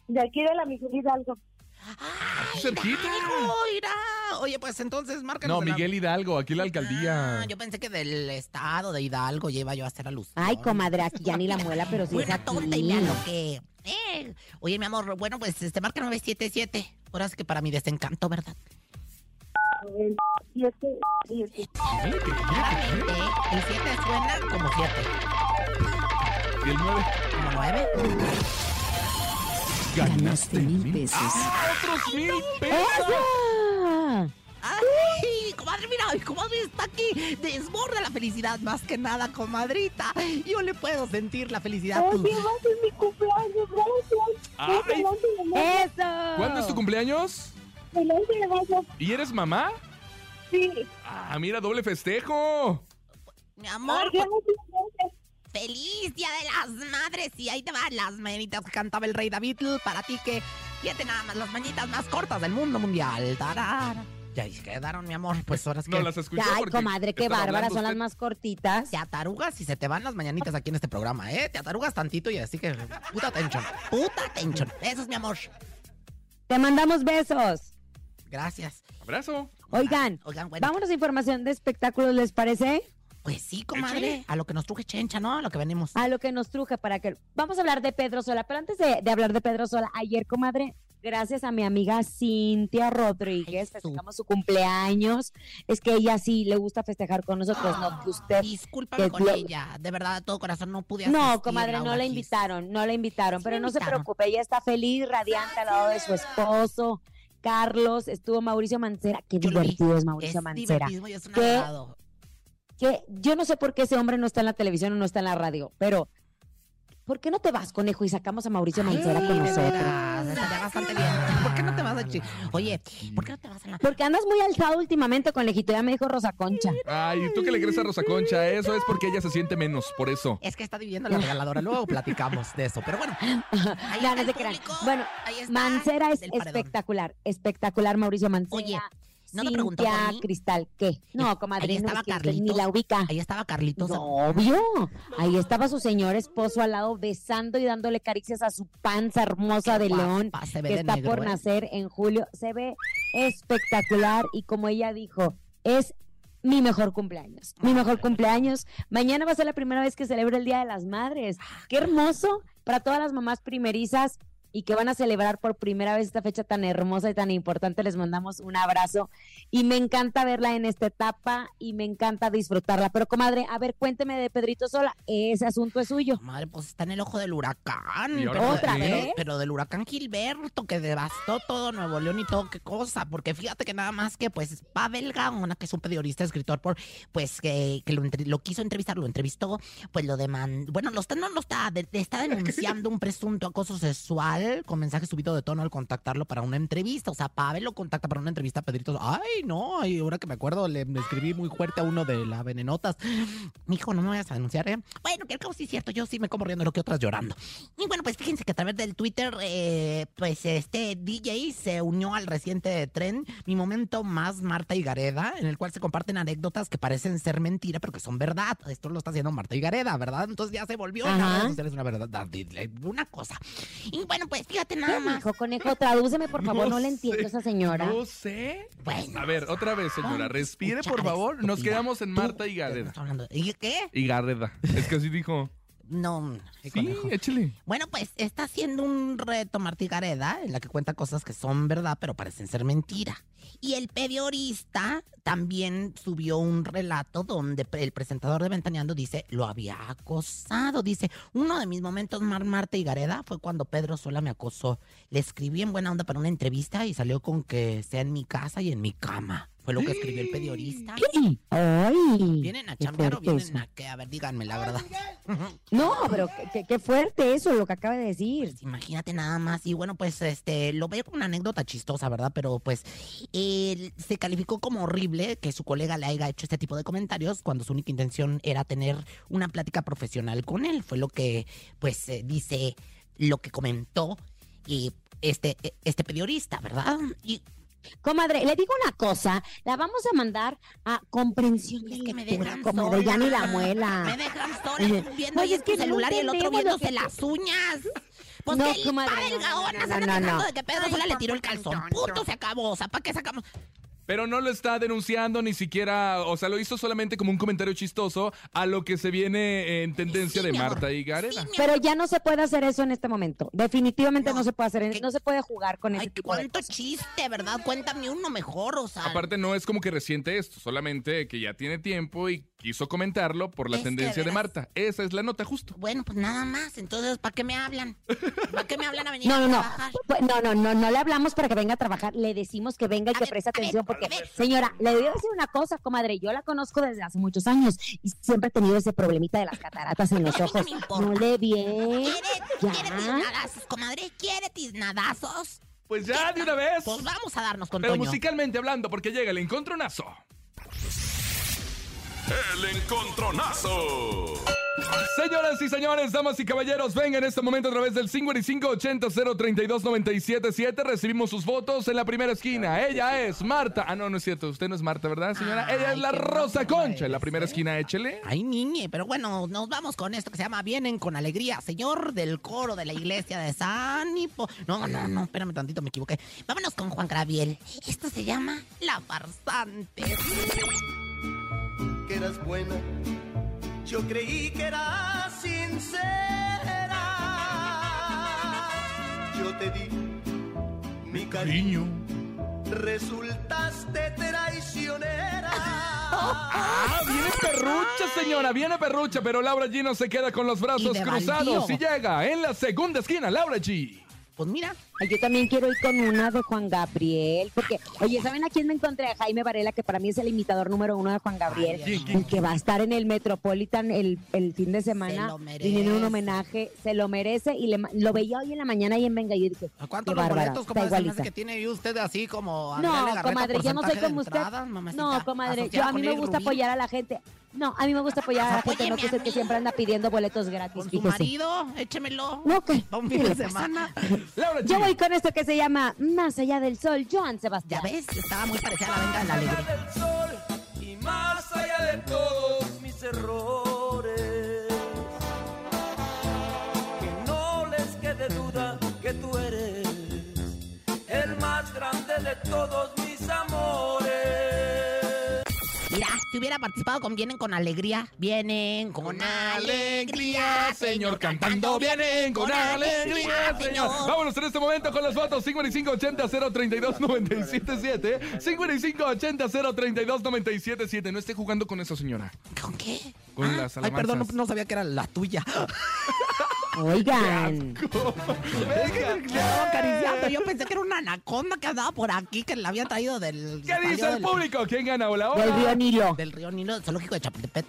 [SPEAKER 6] De aquí de la Miguel Hidalgo.
[SPEAKER 3] ¡Ay,
[SPEAKER 4] cerquita.
[SPEAKER 3] Hidalgo, irá! Oye, pues entonces, márcanos.
[SPEAKER 4] No,
[SPEAKER 3] de la-
[SPEAKER 4] Miguel Hidalgo, aquí la alcaldía.
[SPEAKER 3] Ah, yo pensé que del estado de Hidalgo lleva yo a hacer a luz.
[SPEAKER 2] Ay, comadre, aquí ya ni la muela, pero sí es
[SPEAKER 3] Buena
[SPEAKER 2] aquí.
[SPEAKER 3] tonta y me aloqué. Eh, oye, mi amor, bueno, pues este marca 977. Ahora es que para mi desencanto, ¿verdad?
[SPEAKER 6] Y es que, y es que-
[SPEAKER 4] Dale, que-
[SPEAKER 3] Claramente, el 7 suena como 7.
[SPEAKER 4] Y el 9.
[SPEAKER 3] Como 9.
[SPEAKER 7] Ganaste mil pesos.
[SPEAKER 4] ¡Otros mil pesos!
[SPEAKER 2] ¡Eso!
[SPEAKER 3] ¡Ay, comadre, mira! Mi comadre está aquí. Desborda la felicidad más que nada, comadrita. Yo le puedo sentir la felicidad.
[SPEAKER 2] pues".
[SPEAKER 6] Oye,
[SPEAKER 3] Tú-
[SPEAKER 6] va a ser mi cumpleaños, gracias.
[SPEAKER 4] Ay.
[SPEAKER 6] Adelante, adelante,
[SPEAKER 2] ¡Eso!
[SPEAKER 4] ¿Cuándo es tu cumpleaños?
[SPEAKER 6] adelante, gracias.
[SPEAKER 4] ¿Y eres mamá?
[SPEAKER 6] Sí.
[SPEAKER 4] Ah, mira, doble festejo.
[SPEAKER 3] Mi
[SPEAKER 6] Ay,
[SPEAKER 3] amor, pues,
[SPEAKER 6] gracias, gracias.
[SPEAKER 3] feliz día de las madres. Y ahí te van las mañanitas que cantaba el rey David para ti que fíjate nada más las mañanitas más cortas del mundo mundial. Tarara. Y ahí quedaron, mi amor. Pues ahora es que
[SPEAKER 4] No las escuché.
[SPEAKER 2] Ay,
[SPEAKER 4] porque
[SPEAKER 2] comadre, qué
[SPEAKER 4] estaba
[SPEAKER 2] bárbara,
[SPEAKER 4] hablando
[SPEAKER 2] son las
[SPEAKER 4] usted.
[SPEAKER 2] más cortitas.
[SPEAKER 3] te atarugas y se te van las mañanitas aquí en este programa, ¿eh? Te atarugas tantito y así que puta tensión. Puta tensión. Eso es mi amor.
[SPEAKER 2] Te mandamos besos.
[SPEAKER 3] Gracias.
[SPEAKER 4] Abrazo.
[SPEAKER 2] Oigan,
[SPEAKER 3] Oigan, bueno.
[SPEAKER 2] vámonos a información de espectáculos, ¿les parece?
[SPEAKER 3] Pues sí, comadre.
[SPEAKER 4] Échale.
[SPEAKER 3] A lo que nos truje chencha, ¿no? A lo que venimos.
[SPEAKER 2] A lo que nos truje para que... Vamos a hablar de Pedro Sola, pero antes de, de hablar de Pedro Sola, ayer, comadre, gracias a mi amiga Cintia Rodríguez,
[SPEAKER 3] Ay, su-
[SPEAKER 2] festejamos su cumpleaños. Es que ella sí le gusta festejar con nosotros, no que usted...
[SPEAKER 3] Discúlpame
[SPEAKER 2] que
[SPEAKER 3] con
[SPEAKER 2] lo-
[SPEAKER 3] ella. De verdad, de todo corazón no pude asistir.
[SPEAKER 2] No, comadre, no
[SPEAKER 3] Laura
[SPEAKER 2] la
[SPEAKER 3] Gis.
[SPEAKER 2] invitaron, no la invitaron,
[SPEAKER 3] Sí
[SPEAKER 2] pero
[SPEAKER 3] la
[SPEAKER 2] no se
[SPEAKER 3] invitaron.
[SPEAKER 2] preocupe, ella está feliz, radiante al lado de su esposo, Carlos, estuvo Mauricio Mancera, qué
[SPEAKER 3] Yo lo vi.
[SPEAKER 2] divertido es
[SPEAKER 3] Es
[SPEAKER 2] Mauricio Mancera.
[SPEAKER 3] divertidísimo y es un
[SPEAKER 2] ¿Qué?
[SPEAKER 3] agrado.
[SPEAKER 2] Que yo no sé por qué ese hombre no está en la televisión o no está en la radio, pero ¿por qué no te vas, conejo, y sacamos a Mauricio Mancera
[SPEAKER 3] Ay,
[SPEAKER 2] con
[SPEAKER 3] de
[SPEAKER 2] nosotros?
[SPEAKER 3] veras, Estaría bastante bien. ¿Por qué no te vas a... chi- Oye, ¿por qué no te vas a la...
[SPEAKER 2] Porque andas muy alzado últimamente, conejito, ya me dijo Rosa Concha.
[SPEAKER 4] Ay, ¿tú qué le crees a Rosa Concha? Eso es porque ella se siente menos, por eso.
[SPEAKER 3] Es que está dividiendo la regaladora. Luego platicamos de eso. Pero bueno, ahí
[SPEAKER 2] Ya,
[SPEAKER 3] está
[SPEAKER 2] no
[SPEAKER 3] el
[SPEAKER 2] se crean.
[SPEAKER 3] público,
[SPEAKER 2] Bueno,
[SPEAKER 3] ahí está
[SPEAKER 2] Mancera es
[SPEAKER 3] el paredón.
[SPEAKER 2] espectacular, espectacular Mauricio Mancera.
[SPEAKER 3] Oye, ¿no te
[SPEAKER 2] Cintia
[SPEAKER 3] preguntó por mí?
[SPEAKER 2] Cristal, ¿qué?
[SPEAKER 3] Ahí
[SPEAKER 2] No, comadre, no,
[SPEAKER 3] estaba
[SPEAKER 2] es que ni
[SPEAKER 3] Carlitos.
[SPEAKER 2] la ubica.
[SPEAKER 3] Ahí estaba Carlitos.
[SPEAKER 2] No, obvio. Ahí estaba su señor esposo al lado besando y dándole caricias a su panza hermosa
[SPEAKER 3] Qué
[SPEAKER 2] de
[SPEAKER 3] guapa,
[SPEAKER 2] león
[SPEAKER 3] se ve
[SPEAKER 2] que
[SPEAKER 3] de
[SPEAKER 2] está
[SPEAKER 3] negro,
[SPEAKER 2] por
[SPEAKER 3] ¿eh?
[SPEAKER 2] nacer en julio. Se ve espectacular y como ella dijo, es mi mejor cumpleaños.
[SPEAKER 3] Ah.
[SPEAKER 2] Mi mejor cumpleaños. Mañana va a ser la primera vez que celebro el Día de las Madres.
[SPEAKER 3] Ah,
[SPEAKER 2] Qué hermoso para todas las mamás primerizas y que van a celebrar por primera vez esta fecha tan hermosa y tan importante. Les mandamos un abrazo y me encanta verla en esta etapa y me encanta disfrutarla. Pero comadre, a ver, cuénteme de Pedrito Sola, ese asunto es suyo.
[SPEAKER 3] Madre, pues está en el ojo del huracán.
[SPEAKER 4] ¿Y ahora ¿eh?
[SPEAKER 3] pero,
[SPEAKER 2] ¿Otra
[SPEAKER 3] pero-
[SPEAKER 2] vez?
[SPEAKER 3] pero del huracán Gilberto, que devastó todo Nuevo León y todo, qué cosa. Porque fíjate que nada más que, pues, Pavel Gaona, que es un periodista, escritor, por, pues, que, que lo, entre- lo quiso entrevistar, lo entrevistó, pues lo demandó. Bueno, lo está, no lo está, de- está denunciando un presunto acoso sexual con mensaje subido de tono al contactarlo para una entrevista. O sea, Pavel lo contacta para una entrevista a Pedrito. Ay, no, y ahora que me acuerdo, le le escribí muy fuerte a uno de la Venenotas. Mijo, no me vayas a denunciar, ¿eh? Bueno, que el cabo sí es cierto, yo sí me como riendo lo que otras llorando. Y bueno, pues fíjense que a través del Twitter, eh, pues este DJ se unió al reciente tren Mi Momento Más Marta y Gareda, en el cual se comparten anécdotas que parecen ser mentira, pero que son verdad. Esto lo está haciendo Marta y Gareda, ¿verdad? Entonces ya se volvió en las
[SPEAKER 2] Ajá.
[SPEAKER 3] redes sociales una verdad, una cosa. Y bueno, pues fíjate nada
[SPEAKER 2] ¿Qué
[SPEAKER 3] más.
[SPEAKER 2] dijo, conejo? Tradúceme, por favor, no, le
[SPEAKER 4] sé,
[SPEAKER 2] entiendo a esa señora.
[SPEAKER 4] No sé.
[SPEAKER 3] Bueno,
[SPEAKER 4] A ver, otra vez, señora.
[SPEAKER 3] vamos a
[SPEAKER 4] Respire, por
[SPEAKER 3] escuchar,
[SPEAKER 4] favor. Nos
[SPEAKER 3] estúpida.
[SPEAKER 4] quedamos en
[SPEAKER 3] Tú-
[SPEAKER 4] Marta y Gareda.
[SPEAKER 3] Estamos hablando- ¿Y qué?
[SPEAKER 4] Y Gareda. Es que así dijo.
[SPEAKER 3] No, mm, qué
[SPEAKER 4] Sí,
[SPEAKER 3] conejo.
[SPEAKER 4] échale.
[SPEAKER 3] Bueno, pues está haciendo un reto Martí Gareda en la que cuenta cosas que son verdad, pero parecen ser mentira. Y el periodista también subió un relato donde pre- el presentador de Ventaneando dice, lo había acosado. Dice, uno de mis momentos más Marta y Gareda fue cuando Pedro Sola me acosó. Le escribí en buena onda para una entrevista y salió con que sea en mi casa y en mi cama. Fue lo que escribió el periodista.
[SPEAKER 2] ¿Qué? Ay,
[SPEAKER 3] ¿Vienen a
[SPEAKER 2] qué
[SPEAKER 3] chambear o
[SPEAKER 2] fuerte
[SPEAKER 3] vienen
[SPEAKER 2] eso.
[SPEAKER 3] a qué? A ver, díganme la verdad.
[SPEAKER 2] No, pero qué, qué- qué fuerte eso, lo que acaba de decir.
[SPEAKER 3] Pues imagínate nada más. Y bueno, pues este, lo veo como una anécdota chistosa, ¿verdad? Pero pues él se calificó como horrible que su colega le haya hecho este tipo de comentarios cuando su única intención era tener una plática profesional con él. Fue lo que, pues, eh, dice lo que comentó y este, eh, este periodista, ¿verdad? Y
[SPEAKER 2] Comadre, le digo una cosa, la vamos a mandar a comprensión de
[SPEAKER 3] es que me
[SPEAKER 2] lectura,
[SPEAKER 3] dejan
[SPEAKER 2] comadre, ya ni la
[SPEAKER 3] sola.
[SPEAKER 2] muela.
[SPEAKER 3] Me dejan sola
[SPEAKER 2] Oye,
[SPEAKER 3] viendo ahí
[SPEAKER 2] oye,
[SPEAKER 3] en
[SPEAKER 2] es
[SPEAKER 3] tu
[SPEAKER 2] que no
[SPEAKER 3] celular y el otro
[SPEAKER 2] entendemos lo
[SPEAKER 3] viéndose
[SPEAKER 2] que
[SPEAKER 3] las uñas. Pues
[SPEAKER 2] No,
[SPEAKER 3] que el
[SPEAKER 2] comadre,
[SPEAKER 3] padre
[SPEAKER 2] no, no,
[SPEAKER 3] Gaona
[SPEAKER 2] no,
[SPEAKER 3] se anda
[SPEAKER 2] no, no,
[SPEAKER 3] quejando
[SPEAKER 2] no.
[SPEAKER 3] de que Pedro Sola le tiró el calzón. Punto, se acabó. O sea, ¿para qué sacamos?
[SPEAKER 4] Pero no lo está denunciando ni siquiera, o sea, lo hizo solamente como un comentario chistoso a lo que se viene en tendencia
[SPEAKER 3] Sí,
[SPEAKER 4] de
[SPEAKER 3] mi amor.
[SPEAKER 4] Marta y Gareda.
[SPEAKER 3] Sí, mi
[SPEAKER 2] Pero ya no se puede hacer eso en este momento. Definitivamente no,
[SPEAKER 3] No.
[SPEAKER 2] se puede hacer,
[SPEAKER 3] ¿Qué?
[SPEAKER 2] no se puede jugar con ese
[SPEAKER 3] Ay,
[SPEAKER 2] tipo de
[SPEAKER 3] cuánto
[SPEAKER 2] cosas.
[SPEAKER 3] chiste, ¿verdad? Cuéntame uno mejor, o sea.
[SPEAKER 4] Aparte no es como que reciente esto, solamente que ya tiene tiempo y quiso comentarlo por la
[SPEAKER 3] Es que
[SPEAKER 4] tendencia de
[SPEAKER 3] verás.
[SPEAKER 4] Marta. Esa es la nota justo.
[SPEAKER 3] Bueno, pues nada más. Entonces, ¿para qué me hablan? ¿Para qué me hablan a venir
[SPEAKER 2] No, no,
[SPEAKER 3] a
[SPEAKER 2] no.
[SPEAKER 3] trabajar?
[SPEAKER 2] Pues, No, no, no, no le hablamos para que venga a trabajar. Le decimos que venga y
[SPEAKER 3] A
[SPEAKER 2] que
[SPEAKER 3] ver,
[SPEAKER 2] preste
[SPEAKER 3] a ver,
[SPEAKER 2] atención
[SPEAKER 3] a
[SPEAKER 2] porque,
[SPEAKER 3] ver.
[SPEAKER 2] señora, le voy a decir una cosa, comadre. Yo la conozco desde hace muchos años y siempre he tenido ese problemita de las cataratas en los
[SPEAKER 3] A mí no
[SPEAKER 2] ojos.
[SPEAKER 3] me importa.
[SPEAKER 2] No le bien.
[SPEAKER 3] ¿Quiere, quiere
[SPEAKER 2] Ya.
[SPEAKER 3] tiznadazos, comadre? ¿Quiere tiznadazos?
[SPEAKER 4] Pues ya de una vez.
[SPEAKER 3] Pues vamos a darnos con
[SPEAKER 4] Pero
[SPEAKER 3] Toño.
[SPEAKER 4] musicalmente hablando, porque llega el encontronazo.
[SPEAKER 1] El encontronazo.
[SPEAKER 4] Señoras y señores, damas y caballeros, venga en este momento a través del 5580-032-977. Recibimos sus votos en la primera esquina. Ella es Marta. Ah, no, no es cierto. Usted no es Marta, ¿verdad, señora?
[SPEAKER 3] Ay,
[SPEAKER 4] Ella es la
[SPEAKER 3] qué
[SPEAKER 4] Rosa
[SPEAKER 3] guapa
[SPEAKER 4] Concha. En la primera esquina, échele.
[SPEAKER 3] Ay, niñe, pero bueno, nos vamos con esto que se llama Vienen con Alegría, Señor del coro de la iglesia de San Hipo. No, no, no, espérame tantito, me equivoqué. Vámonos con Juan Graviel. Esto se llama La Farsante.
[SPEAKER 10] que eras buena. Yo creí que eras sincera. Yo te di mi cariño.
[SPEAKER 4] Niño.
[SPEAKER 10] Resultaste traicionera.
[SPEAKER 4] Ah, viene perrucha, señora, viene perrucha, pero Laura G no se queda con los brazos
[SPEAKER 3] Y de
[SPEAKER 4] cruzados
[SPEAKER 3] baldío.
[SPEAKER 4] y llega en la segunda esquina, Laura G.
[SPEAKER 3] Pues mira,
[SPEAKER 2] Ay, Yo también quiero ir con una de Juan Gabriel, porque, oye, ¿saben a quién me encontré? A Jaime Varela, que para mí es el imitador número uno de Juan Gabriel,
[SPEAKER 4] Ay, Dios mío.
[SPEAKER 2] el que va a estar en el Metropolitan el, el fin de semana,
[SPEAKER 3] lo merece.
[SPEAKER 2] viniendo un homenaje, se lo merece, y le ma- lo veía hoy en la mañana y en Venga, y yo dije,
[SPEAKER 3] ¿a cuántos
[SPEAKER 2] qué
[SPEAKER 3] los
[SPEAKER 2] bárbara,
[SPEAKER 3] boletos,
[SPEAKER 2] está
[SPEAKER 3] comadre, se me hace
[SPEAKER 2] igualita.
[SPEAKER 3] que tiene ahí usted así como Adriana
[SPEAKER 2] No,
[SPEAKER 3] Legarreta,
[SPEAKER 2] comadre, yo no soy
[SPEAKER 3] porcentaje de
[SPEAKER 2] como usted.
[SPEAKER 3] entradas, mamacita,
[SPEAKER 2] No, comadre, yo
[SPEAKER 3] asociada
[SPEAKER 2] a mí
[SPEAKER 3] con
[SPEAKER 2] me
[SPEAKER 3] Eli
[SPEAKER 2] gusta
[SPEAKER 3] Rubí,
[SPEAKER 2] apoyar a la gente. No, a mí me gusta apoyar a la gente, no
[SPEAKER 3] Apóyeme
[SPEAKER 2] que es el
[SPEAKER 3] a
[SPEAKER 2] que
[SPEAKER 3] mí.
[SPEAKER 2] siempre anda pidiendo boletos gratis,
[SPEAKER 3] Con su
[SPEAKER 2] fíjese.
[SPEAKER 3] marido, échemelo.
[SPEAKER 2] No, ¿qué?
[SPEAKER 3] Va un
[SPEAKER 2] ¿Qué
[SPEAKER 3] fin de
[SPEAKER 2] le pasa?
[SPEAKER 3] semana.
[SPEAKER 4] Laura G.
[SPEAKER 2] Yo voy con esto que se llama Más allá del sol, Joan
[SPEAKER 3] Ya
[SPEAKER 2] Sebastián.
[SPEAKER 3] ves, estaba muy parecida a la venga de la
[SPEAKER 10] Más allá
[SPEAKER 3] alegría.
[SPEAKER 10] del sol y más allá de todos mis errores. Que no les quede duda que tú eres el más grande de todos mis amores.
[SPEAKER 3] Mira, si hubiera participado con Vienen con Alegría, vienen con alegría, señor, cantando
[SPEAKER 4] vienen
[SPEAKER 3] con alegría, señor.
[SPEAKER 4] Vámonos en este momento con las fotos 5580-032-977. 5580-032-977. No esté jugando con eso, señora.
[SPEAKER 3] ¿Con qué?
[SPEAKER 4] Con
[SPEAKER 3] Ah,
[SPEAKER 4] las
[SPEAKER 3] Ay, perdón, no,
[SPEAKER 4] alabanzas.
[SPEAKER 3] no sabía que era la tuya.
[SPEAKER 2] Oigan.
[SPEAKER 3] Estaba
[SPEAKER 4] Venga,
[SPEAKER 3] acariciando. Yo pensé que era una anaconda que andaba por aquí, que la había traído del.
[SPEAKER 4] ¿Qué dice
[SPEAKER 3] salió
[SPEAKER 4] el
[SPEAKER 3] del-
[SPEAKER 4] público? ¿Quién gana? Hola,
[SPEAKER 2] Del río
[SPEAKER 4] hola.
[SPEAKER 2] Nilo.
[SPEAKER 3] Del río Nilo, zoológico de Chapultepec.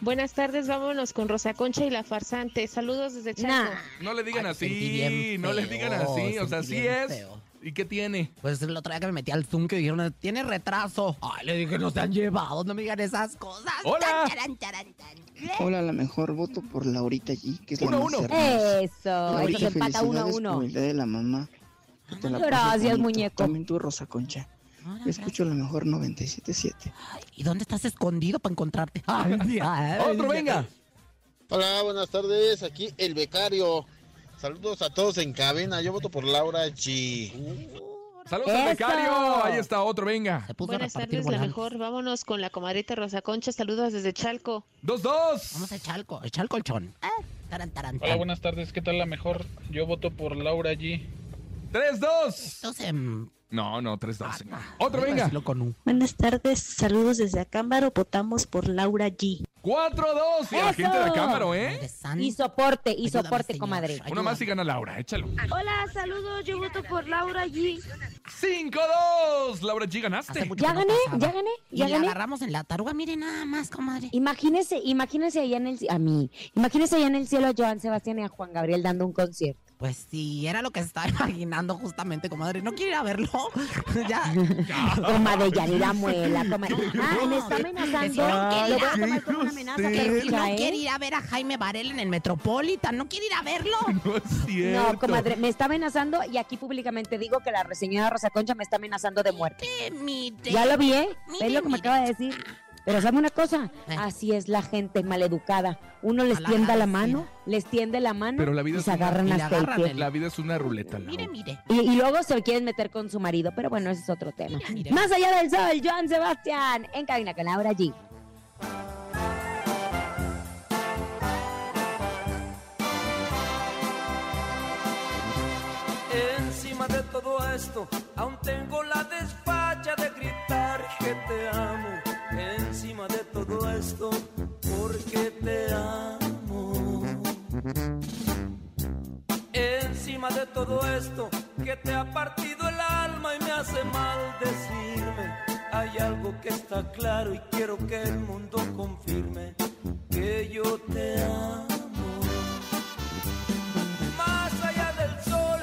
[SPEAKER 5] Buenas tardes, vámonos con Rosa Concha y la farsante. Saludos desde Chaco.
[SPEAKER 2] Nah.
[SPEAKER 4] No le digan
[SPEAKER 3] Ay, sentí
[SPEAKER 4] así,
[SPEAKER 3] bien
[SPEAKER 4] no le
[SPEAKER 3] feo,
[SPEAKER 4] digan así. O sea,
[SPEAKER 3] sentí
[SPEAKER 4] sí
[SPEAKER 3] bien
[SPEAKER 4] es.
[SPEAKER 3] feo.
[SPEAKER 4] ¿Y qué tiene?
[SPEAKER 3] Pues la otra vez que me metí al Zoom que dijeron, tiene retraso. Ay, le dije, no se han llevado, no me digan esas cosas.
[SPEAKER 4] Hola.
[SPEAKER 3] Tan, charan, charan, tan.
[SPEAKER 9] Hola, la mejor voto por Laurita G, que es
[SPEAKER 4] Uno,
[SPEAKER 9] la
[SPEAKER 4] uno.
[SPEAKER 9] más hermosa.
[SPEAKER 2] Eso, eso
[SPEAKER 9] Laurita,
[SPEAKER 2] se empata uno a
[SPEAKER 9] felicidades
[SPEAKER 2] uno.
[SPEAKER 9] por el día de la mamá. Que te la pases
[SPEAKER 2] Gracias,
[SPEAKER 9] bonito.
[SPEAKER 2] muñeco.
[SPEAKER 9] También tú, Rosa Concha. Yo escucho la mejor 97.7.
[SPEAKER 3] Ay, ¿Y dónde estás escondido para encontrarte? Ay, ay,
[SPEAKER 4] Otro, venga.
[SPEAKER 11] Hola, buenas tardes. Aquí el becario. Saludos a todos en cabina. Yo voto por Laura G.
[SPEAKER 4] Saludos al
[SPEAKER 2] Eso.
[SPEAKER 4] becario. Ahí está otro, venga.
[SPEAKER 3] Se puso a
[SPEAKER 5] Buenas
[SPEAKER 3] repartir
[SPEAKER 5] tardes, la
[SPEAKER 3] volantes.
[SPEAKER 5] mejor. Vámonos con la comadrita Rosa Concha. Saludos desde Chalco.
[SPEAKER 4] Dos, dos.
[SPEAKER 3] Vamos a echar, el co- echar el colchón. Ah, taran, taran,
[SPEAKER 12] Hola,
[SPEAKER 3] taran.
[SPEAKER 12] buenas tardes. ¿Qué tal la mejor? Yo voto por Laura G.
[SPEAKER 4] Tres, dos.
[SPEAKER 3] Entonces, mm,
[SPEAKER 4] No, no, tres, dos, señor.
[SPEAKER 3] ah,
[SPEAKER 4] Otro,
[SPEAKER 3] iba a
[SPEAKER 4] venga.
[SPEAKER 3] decirlo con U.
[SPEAKER 6] Buenas tardes, saludos desde Acámbaro, votamos por Laura G.
[SPEAKER 4] Cuatro, dos. Y a la
[SPEAKER 2] Eso.
[SPEAKER 4] gente de Cámara, ¿eh?
[SPEAKER 3] Madre santa.
[SPEAKER 2] Y soporte, y
[SPEAKER 3] Ayúdame,
[SPEAKER 2] soporte,
[SPEAKER 3] señor.
[SPEAKER 2] comadre.
[SPEAKER 3] Ay,
[SPEAKER 4] Uno más y gana Laura, échalo.
[SPEAKER 6] Hola, saludos, yo voto por Laura G.
[SPEAKER 4] Cinco, dos. Laura G,
[SPEAKER 3] Hace
[SPEAKER 4] ganaste.
[SPEAKER 3] mucho
[SPEAKER 2] Ya
[SPEAKER 3] que no
[SPEAKER 2] gané,
[SPEAKER 3] pasaba.
[SPEAKER 2] ya gané, ya
[SPEAKER 3] y la
[SPEAKER 2] gané.
[SPEAKER 3] agarramos en la taruga, mire nada más, comadre.
[SPEAKER 2] Imagínense, imagínense allá en el a mí, imagínense allá en el cielo a Joan Sebastián y a Juan Gabriel dando un concierto.
[SPEAKER 3] Pues sí, era lo que se estaba imaginando justamente, comadre. ¿No quiere ir a verlo? ya.
[SPEAKER 2] Coma de Yanira Muela, coma. Ah, me está
[SPEAKER 3] Si
[SPEAKER 2] amenazando.
[SPEAKER 3] no quiere
[SPEAKER 2] Lo
[SPEAKER 3] ir
[SPEAKER 2] voy a
[SPEAKER 3] a-
[SPEAKER 2] tomar como una amenaza.
[SPEAKER 3] que si
[SPEAKER 2] Ferrucha,
[SPEAKER 3] no
[SPEAKER 2] ¿eh?
[SPEAKER 3] quiere ir a ver a Jaime Varela en el Metropolitan, ¿no quiere ir a verlo?
[SPEAKER 4] No es cierto.
[SPEAKER 2] No, comadre, me está amenazando y aquí públicamente digo que la señora Rosa Concha me está amenazando de muerte.
[SPEAKER 3] Eh, mire.
[SPEAKER 2] Ya lo vi, ¿eh?
[SPEAKER 3] Mire,
[SPEAKER 2] ¿Ves lo que me
[SPEAKER 3] mire.
[SPEAKER 2] acaba de decir? Pero sabe una cosa, así es la gente maleducada. Uno les tienda la mano, les tiende la mano
[SPEAKER 4] Pero la vida,
[SPEAKER 2] y
[SPEAKER 4] es
[SPEAKER 2] se
[SPEAKER 4] una,
[SPEAKER 2] agarran hasta el pie.
[SPEAKER 4] la vida es una ruleta. Lau.
[SPEAKER 2] Y, y luego se quieren meter con su marido, pero bueno, ese es otro tema. Más allá del sol, Joan Sebastián, en cabina con Laura G.
[SPEAKER 13] Encima de todo esto, aún tengo la desfacha de gritar que te amo. Encima de todo esto, porque te amo. Encima de todo esto, que te ha partido el alma y me hace mal decirme. Hay algo que está claro y quiero que el mundo confirme que yo te amo. Más allá del sol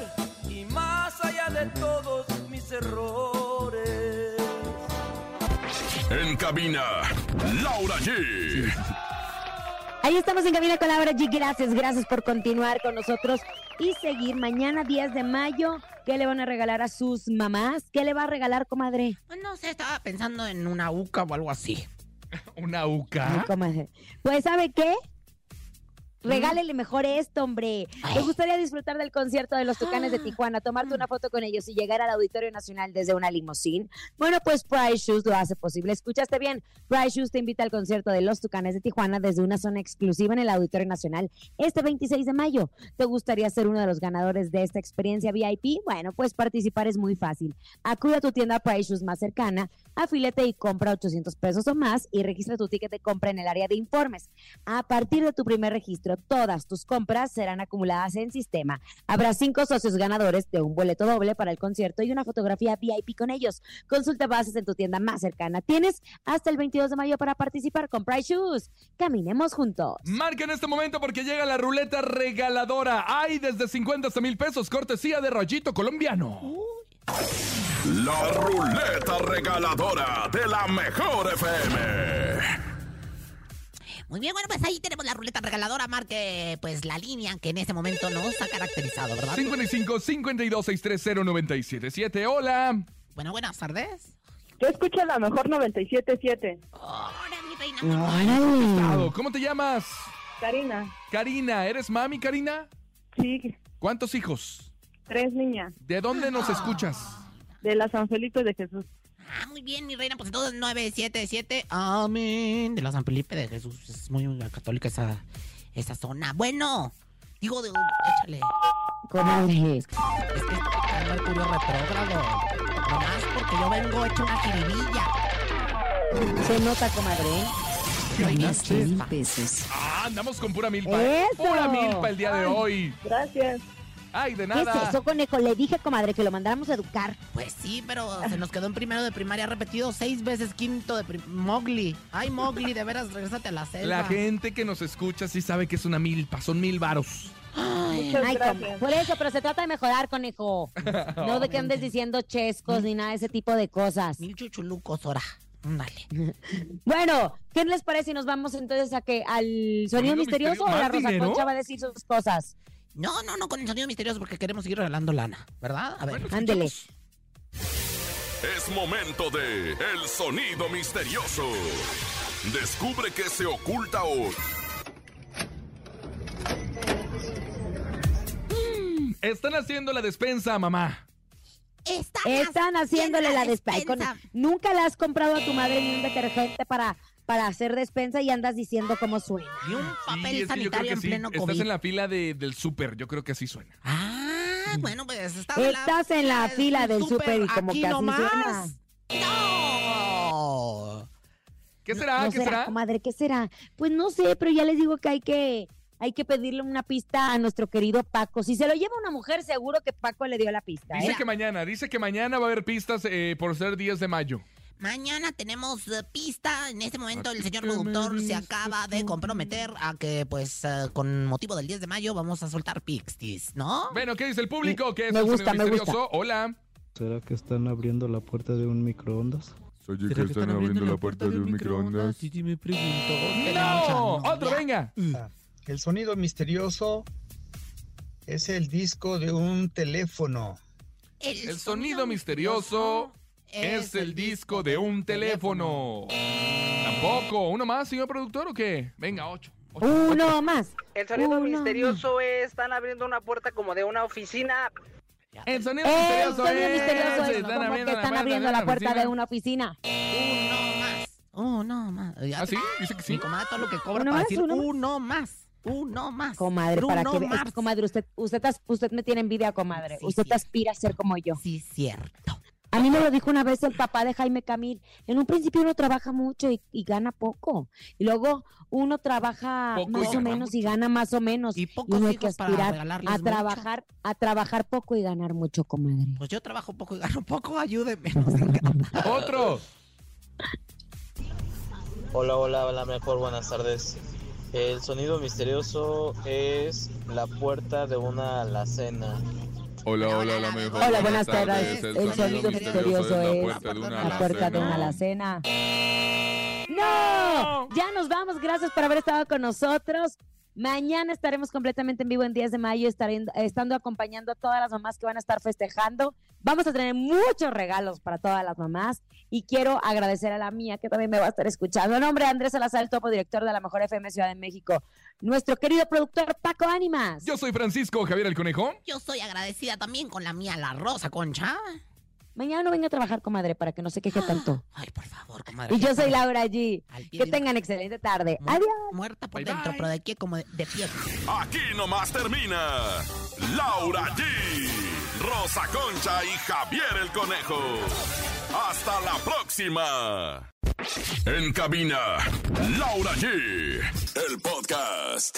[SPEAKER 13] y más allá de todos mis errores.
[SPEAKER 1] En cabina, Laura G.
[SPEAKER 2] Ahí estamos en Cabina con Laura G. Gracias, gracias por continuar con nosotros y seguir. Mañana 10 de mayo, ¿qué le van a regalar a sus mamás? ¿Qué le va a regalar, comadre?
[SPEAKER 3] Pues No sé, estaba pensando en una uca o algo así.
[SPEAKER 4] ¿Una uca?
[SPEAKER 2] Pues, ¿sabe qué? Regálele mejor esto, hombre. ¿Te gustaría disfrutar del concierto de los Tucanes de Tijuana, tomarte una foto con ellos y llegar al Auditorio Nacional desde una limusín? Bueno, pues Price Shoes lo hace posible. Escuchaste bien. Price Shoes te invita al concierto de los Tucanes de Tijuana desde una zona exclusiva en el Auditorio Nacional este 26 de mayo. ¿Te gustaría ser uno de los ganadores de esta experiencia VIP? Bueno, pues participar es muy fácil. Acude a tu tienda Price Shoes más cercana, afílate y compra 800 pesos o más y registra tu ticket de compra en el área de informes. A partir de tu primer registro, todas tus compras serán acumuladas en sistema. Habrá cinco socios ganadores de un boleto doble para el concierto y una fotografía VIP con ellos. Consulta bases en tu tienda más cercana. Tienes hasta el 22 de mayo para participar con Price Shoes. Caminemos juntos.
[SPEAKER 4] Marca en este momento porque llega la ruleta regaladora. Hay desde 50 hasta mil pesos, cortesía de Rayito Colombiano.
[SPEAKER 1] La ruleta regaladora de la mejor FM.
[SPEAKER 3] Muy bien, bueno, pues ahí tenemos la ruleta regaladora, marque pues la línea que en este momento nos ha caracterizado, ¿verdad?
[SPEAKER 4] 55 52 630 977. Hola.
[SPEAKER 3] Bueno, buenas tardes.
[SPEAKER 14] Yo escucho a la mejor 97.7.
[SPEAKER 4] ¿Cómo te llamas?
[SPEAKER 14] Karina,
[SPEAKER 4] Karina, ¿eres mami, Karina?
[SPEAKER 14] Sí.
[SPEAKER 4] ¿Cuántos hijos?
[SPEAKER 14] tres niñas,
[SPEAKER 4] ¿De dónde nos escuchas?
[SPEAKER 14] de la San Felipe de Jesús.
[SPEAKER 3] Ah, muy bien, mi reina, pues entonces 977. Amén. De la San Felipe de Jesús. Es muy católica esa, esa zona. Bueno, digo, de, échale.
[SPEAKER 2] Comadre.
[SPEAKER 3] Ay, Mercurio retrógrado. Nomás porque yo vengo hecho una jiribilla.
[SPEAKER 2] Se nota, comadre.
[SPEAKER 7] Ganaste mil pesos.
[SPEAKER 4] Ah, andamos con pura milpa. ¿eh?
[SPEAKER 2] ¡Eso!
[SPEAKER 4] Pura milpa el día de
[SPEAKER 2] Ay.
[SPEAKER 4] hoy.
[SPEAKER 14] Gracias.
[SPEAKER 4] Ay, de
[SPEAKER 2] ¿Qué
[SPEAKER 4] nada.
[SPEAKER 2] es eso, conejo? Le dije, comadre, que lo mandáramos a educar.
[SPEAKER 3] Pues sí, pero se nos quedó en primero de primaria repetido seis veces quinto de prim- Mowgli. Ay, Mowgli, de veras, regrésate a la selva.
[SPEAKER 4] La gente que nos escucha sí sabe que es una milpa, son mil varos.
[SPEAKER 3] Muchas
[SPEAKER 2] Ay,
[SPEAKER 3] gracias.
[SPEAKER 2] comadre. por eso, pero se trata de mejorar, conejo. No de que andes diciendo chescos ni nada de ese tipo de cosas.
[SPEAKER 3] Mil chuchulucos, ahora. Dale.
[SPEAKER 2] Bueno, ¿qué les parece si nos vamos entonces a que al sonido
[SPEAKER 3] ¿Sonido
[SPEAKER 2] misterioso,
[SPEAKER 3] misterioso?
[SPEAKER 2] o la
[SPEAKER 3] ¿Más
[SPEAKER 2] Rosa
[SPEAKER 3] dinero?
[SPEAKER 2] Concha va a decir sus cosas?
[SPEAKER 3] No, no, no, con el sonido misterioso porque queremos seguir regalando lana, ¿verdad? A ver.
[SPEAKER 2] Ándele.
[SPEAKER 1] Es momento de El sonido misterioso. Descubre qué se oculta hoy.
[SPEAKER 4] Están haciendo la despensa, mamá.
[SPEAKER 3] Están,
[SPEAKER 2] haciéndole la despensa. Con- Nunca le has comprado a tu madre ni un detergente para, para hacer despensa y andas diciendo cómo suena.
[SPEAKER 3] Ni un papel
[SPEAKER 4] es que yo creo
[SPEAKER 3] sanitario
[SPEAKER 4] que
[SPEAKER 3] en
[SPEAKER 4] sí.
[SPEAKER 3] pleno COVID.
[SPEAKER 4] Estás en la fila de- del súper, yo creo que así suena.
[SPEAKER 3] Ah, bueno, pues estás,
[SPEAKER 2] Estás en la fila del súper y como
[SPEAKER 3] aquí
[SPEAKER 2] que así
[SPEAKER 3] nomás.
[SPEAKER 2] suena.
[SPEAKER 4] ¿Qué será?
[SPEAKER 2] No
[SPEAKER 4] Ah, ¿Qué será?
[SPEAKER 2] comadre, ¿qué será? Pues no sé, pero ya les digo que hay que hay que pedirle una pista a nuestro querido Paco. Si se lo lleva una mujer, seguro que Paco le dio la pista.
[SPEAKER 4] Dice
[SPEAKER 2] ¿eh?
[SPEAKER 4] que mañana, dice que mañana va a haber pistas eh, por ser 10 de mayo.
[SPEAKER 3] Mañana tenemos eh, pista. En este momento el señor productor se acaba de comprometer a que, pues, eh, con motivo del 10 de mayo vamos a soltar Pixtis, ¿no?
[SPEAKER 4] Bueno, ¿qué dice el
[SPEAKER 2] Mm,
[SPEAKER 4] público? ¿Qué es
[SPEAKER 3] me
[SPEAKER 4] el
[SPEAKER 3] gusta,
[SPEAKER 4] sonido
[SPEAKER 3] me
[SPEAKER 4] misterioso?
[SPEAKER 3] gusta.
[SPEAKER 4] Hola.
[SPEAKER 15] ¿Será que están abriendo la puerta de un microondas? Oye,
[SPEAKER 16] ¿Será que que están están abriendo abriendo la la puerta puerta de de un un microondas?
[SPEAKER 15] Y me pregunto.
[SPEAKER 4] ¡No! ¡Otro, venga!
[SPEAKER 17] El sonido misterioso es el disco de un teléfono.
[SPEAKER 4] El, sonido misterioso Es el disco de un teléfono. Tampoco. ¿Uno más, señor productor, o qué? Venga, ocho. ocho, ocho.
[SPEAKER 2] Uno más.
[SPEAKER 18] El sonido
[SPEAKER 2] Uno
[SPEAKER 18] misterioso es, están abriendo una puerta como de una oficina.
[SPEAKER 4] El sonido
[SPEAKER 2] El
[SPEAKER 4] misterioso
[SPEAKER 2] sonido
[SPEAKER 4] es,
[SPEAKER 2] misterioso es
[SPEAKER 4] están
[SPEAKER 2] como que
[SPEAKER 4] abriendo la
[SPEAKER 2] están
[SPEAKER 4] puerta
[SPEAKER 2] abriendo
[SPEAKER 4] de
[SPEAKER 2] la
[SPEAKER 4] una
[SPEAKER 2] puerta
[SPEAKER 4] oficina.
[SPEAKER 2] de una oficina.
[SPEAKER 3] Oh, no más.
[SPEAKER 4] ¿Ah, sí? Dice que sí.
[SPEAKER 3] Mi comadre, todo lo que cobra
[SPEAKER 2] ¿Uno
[SPEAKER 3] para
[SPEAKER 2] más?
[SPEAKER 3] decir
[SPEAKER 2] ¿Uno más?
[SPEAKER 3] uno más. Uno más.
[SPEAKER 2] Comadre, para
[SPEAKER 3] Bruno
[SPEAKER 2] que vea. Es que,
[SPEAKER 3] Mars.
[SPEAKER 2] comadre, usted, usted, as- usted me tiene envidia, comadre.
[SPEAKER 3] Sí,
[SPEAKER 2] usted
[SPEAKER 3] cierto.
[SPEAKER 2] aspira a ser como yo.
[SPEAKER 3] Sí, cierto.
[SPEAKER 2] A mí me lo dijo una vez el papá de Jaime Camil. En un principio uno trabaja mucho y, y gana poco. Y luego uno trabaja
[SPEAKER 3] Poco y
[SPEAKER 2] más o
[SPEAKER 3] gana
[SPEAKER 2] menos y gana más o menos. Y,
[SPEAKER 3] pocos
[SPEAKER 2] uno hay que
[SPEAKER 3] hijos para
[SPEAKER 2] aspirar
[SPEAKER 3] regalarles
[SPEAKER 2] a
[SPEAKER 3] mucho.
[SPEAKER 2] trabajar, a trabajar poco y ganar mucho, comadre.
[SPEAKER 3] Pues yo trabajo poco y gano poco, ayúdenme. no sé qué.
[SPEAKER 4] Otro.
[SPEAKER 19] Hola, hola, hola, mejor, buenas tardes. El sonido misterioso es la puerta de una alacena.
[SPEAKER 16] Hola, hola, la mejor.
[SPEAKER 2] Hola, buenas tardes. El, sonido misterioso es
[SPEAKER 16] la puerta de una
[SPEAKER 2] la puerta de una alacena. ¡No! Ya nos vamos. Gracias por haber estado con nosotros. Mañana estaremos completamente en vivo en 10 de mayo, estaré- estando acompañando a todas las mamás que van a estar festejando. Vamos a tener muchos regalos para todas las mamás y quiero agradecer a la mía que también me va a estar escuchando. En nombre de Andrés Salazar, el topo director de la Mejor FM Ciudad de México, nuestro querido productor Paco Ánimas.
[SPEAKER 4] Yo soy Francisco Javier el Conejo.
[SPEAKER 3] Yo soy agradecida también con la mía, la Rosa Concha.
[SPEAKER 2] Mañana no venga a trabajar, comadre, para que no se queje tanto.
[SPEAKER 3] Ay, por favor, comadre.
[SPEAKER 2] Y yo soy Laura G.
[SPEAKER 3] Al pie
[SPEAKER 2] Que
[SPEAKER 3] de-
[SPEAKER 2] tengan excelente tarde. Adiós.
[SPEAKER 3] Muerta por dentro, pero de aquí como de, de pie.
[SPEAKER 1] Aquí nomás termina Laura G, Rosa Concha y Javier el Conejo. Hasta la próxima. En cabina, Laura G, el podcast.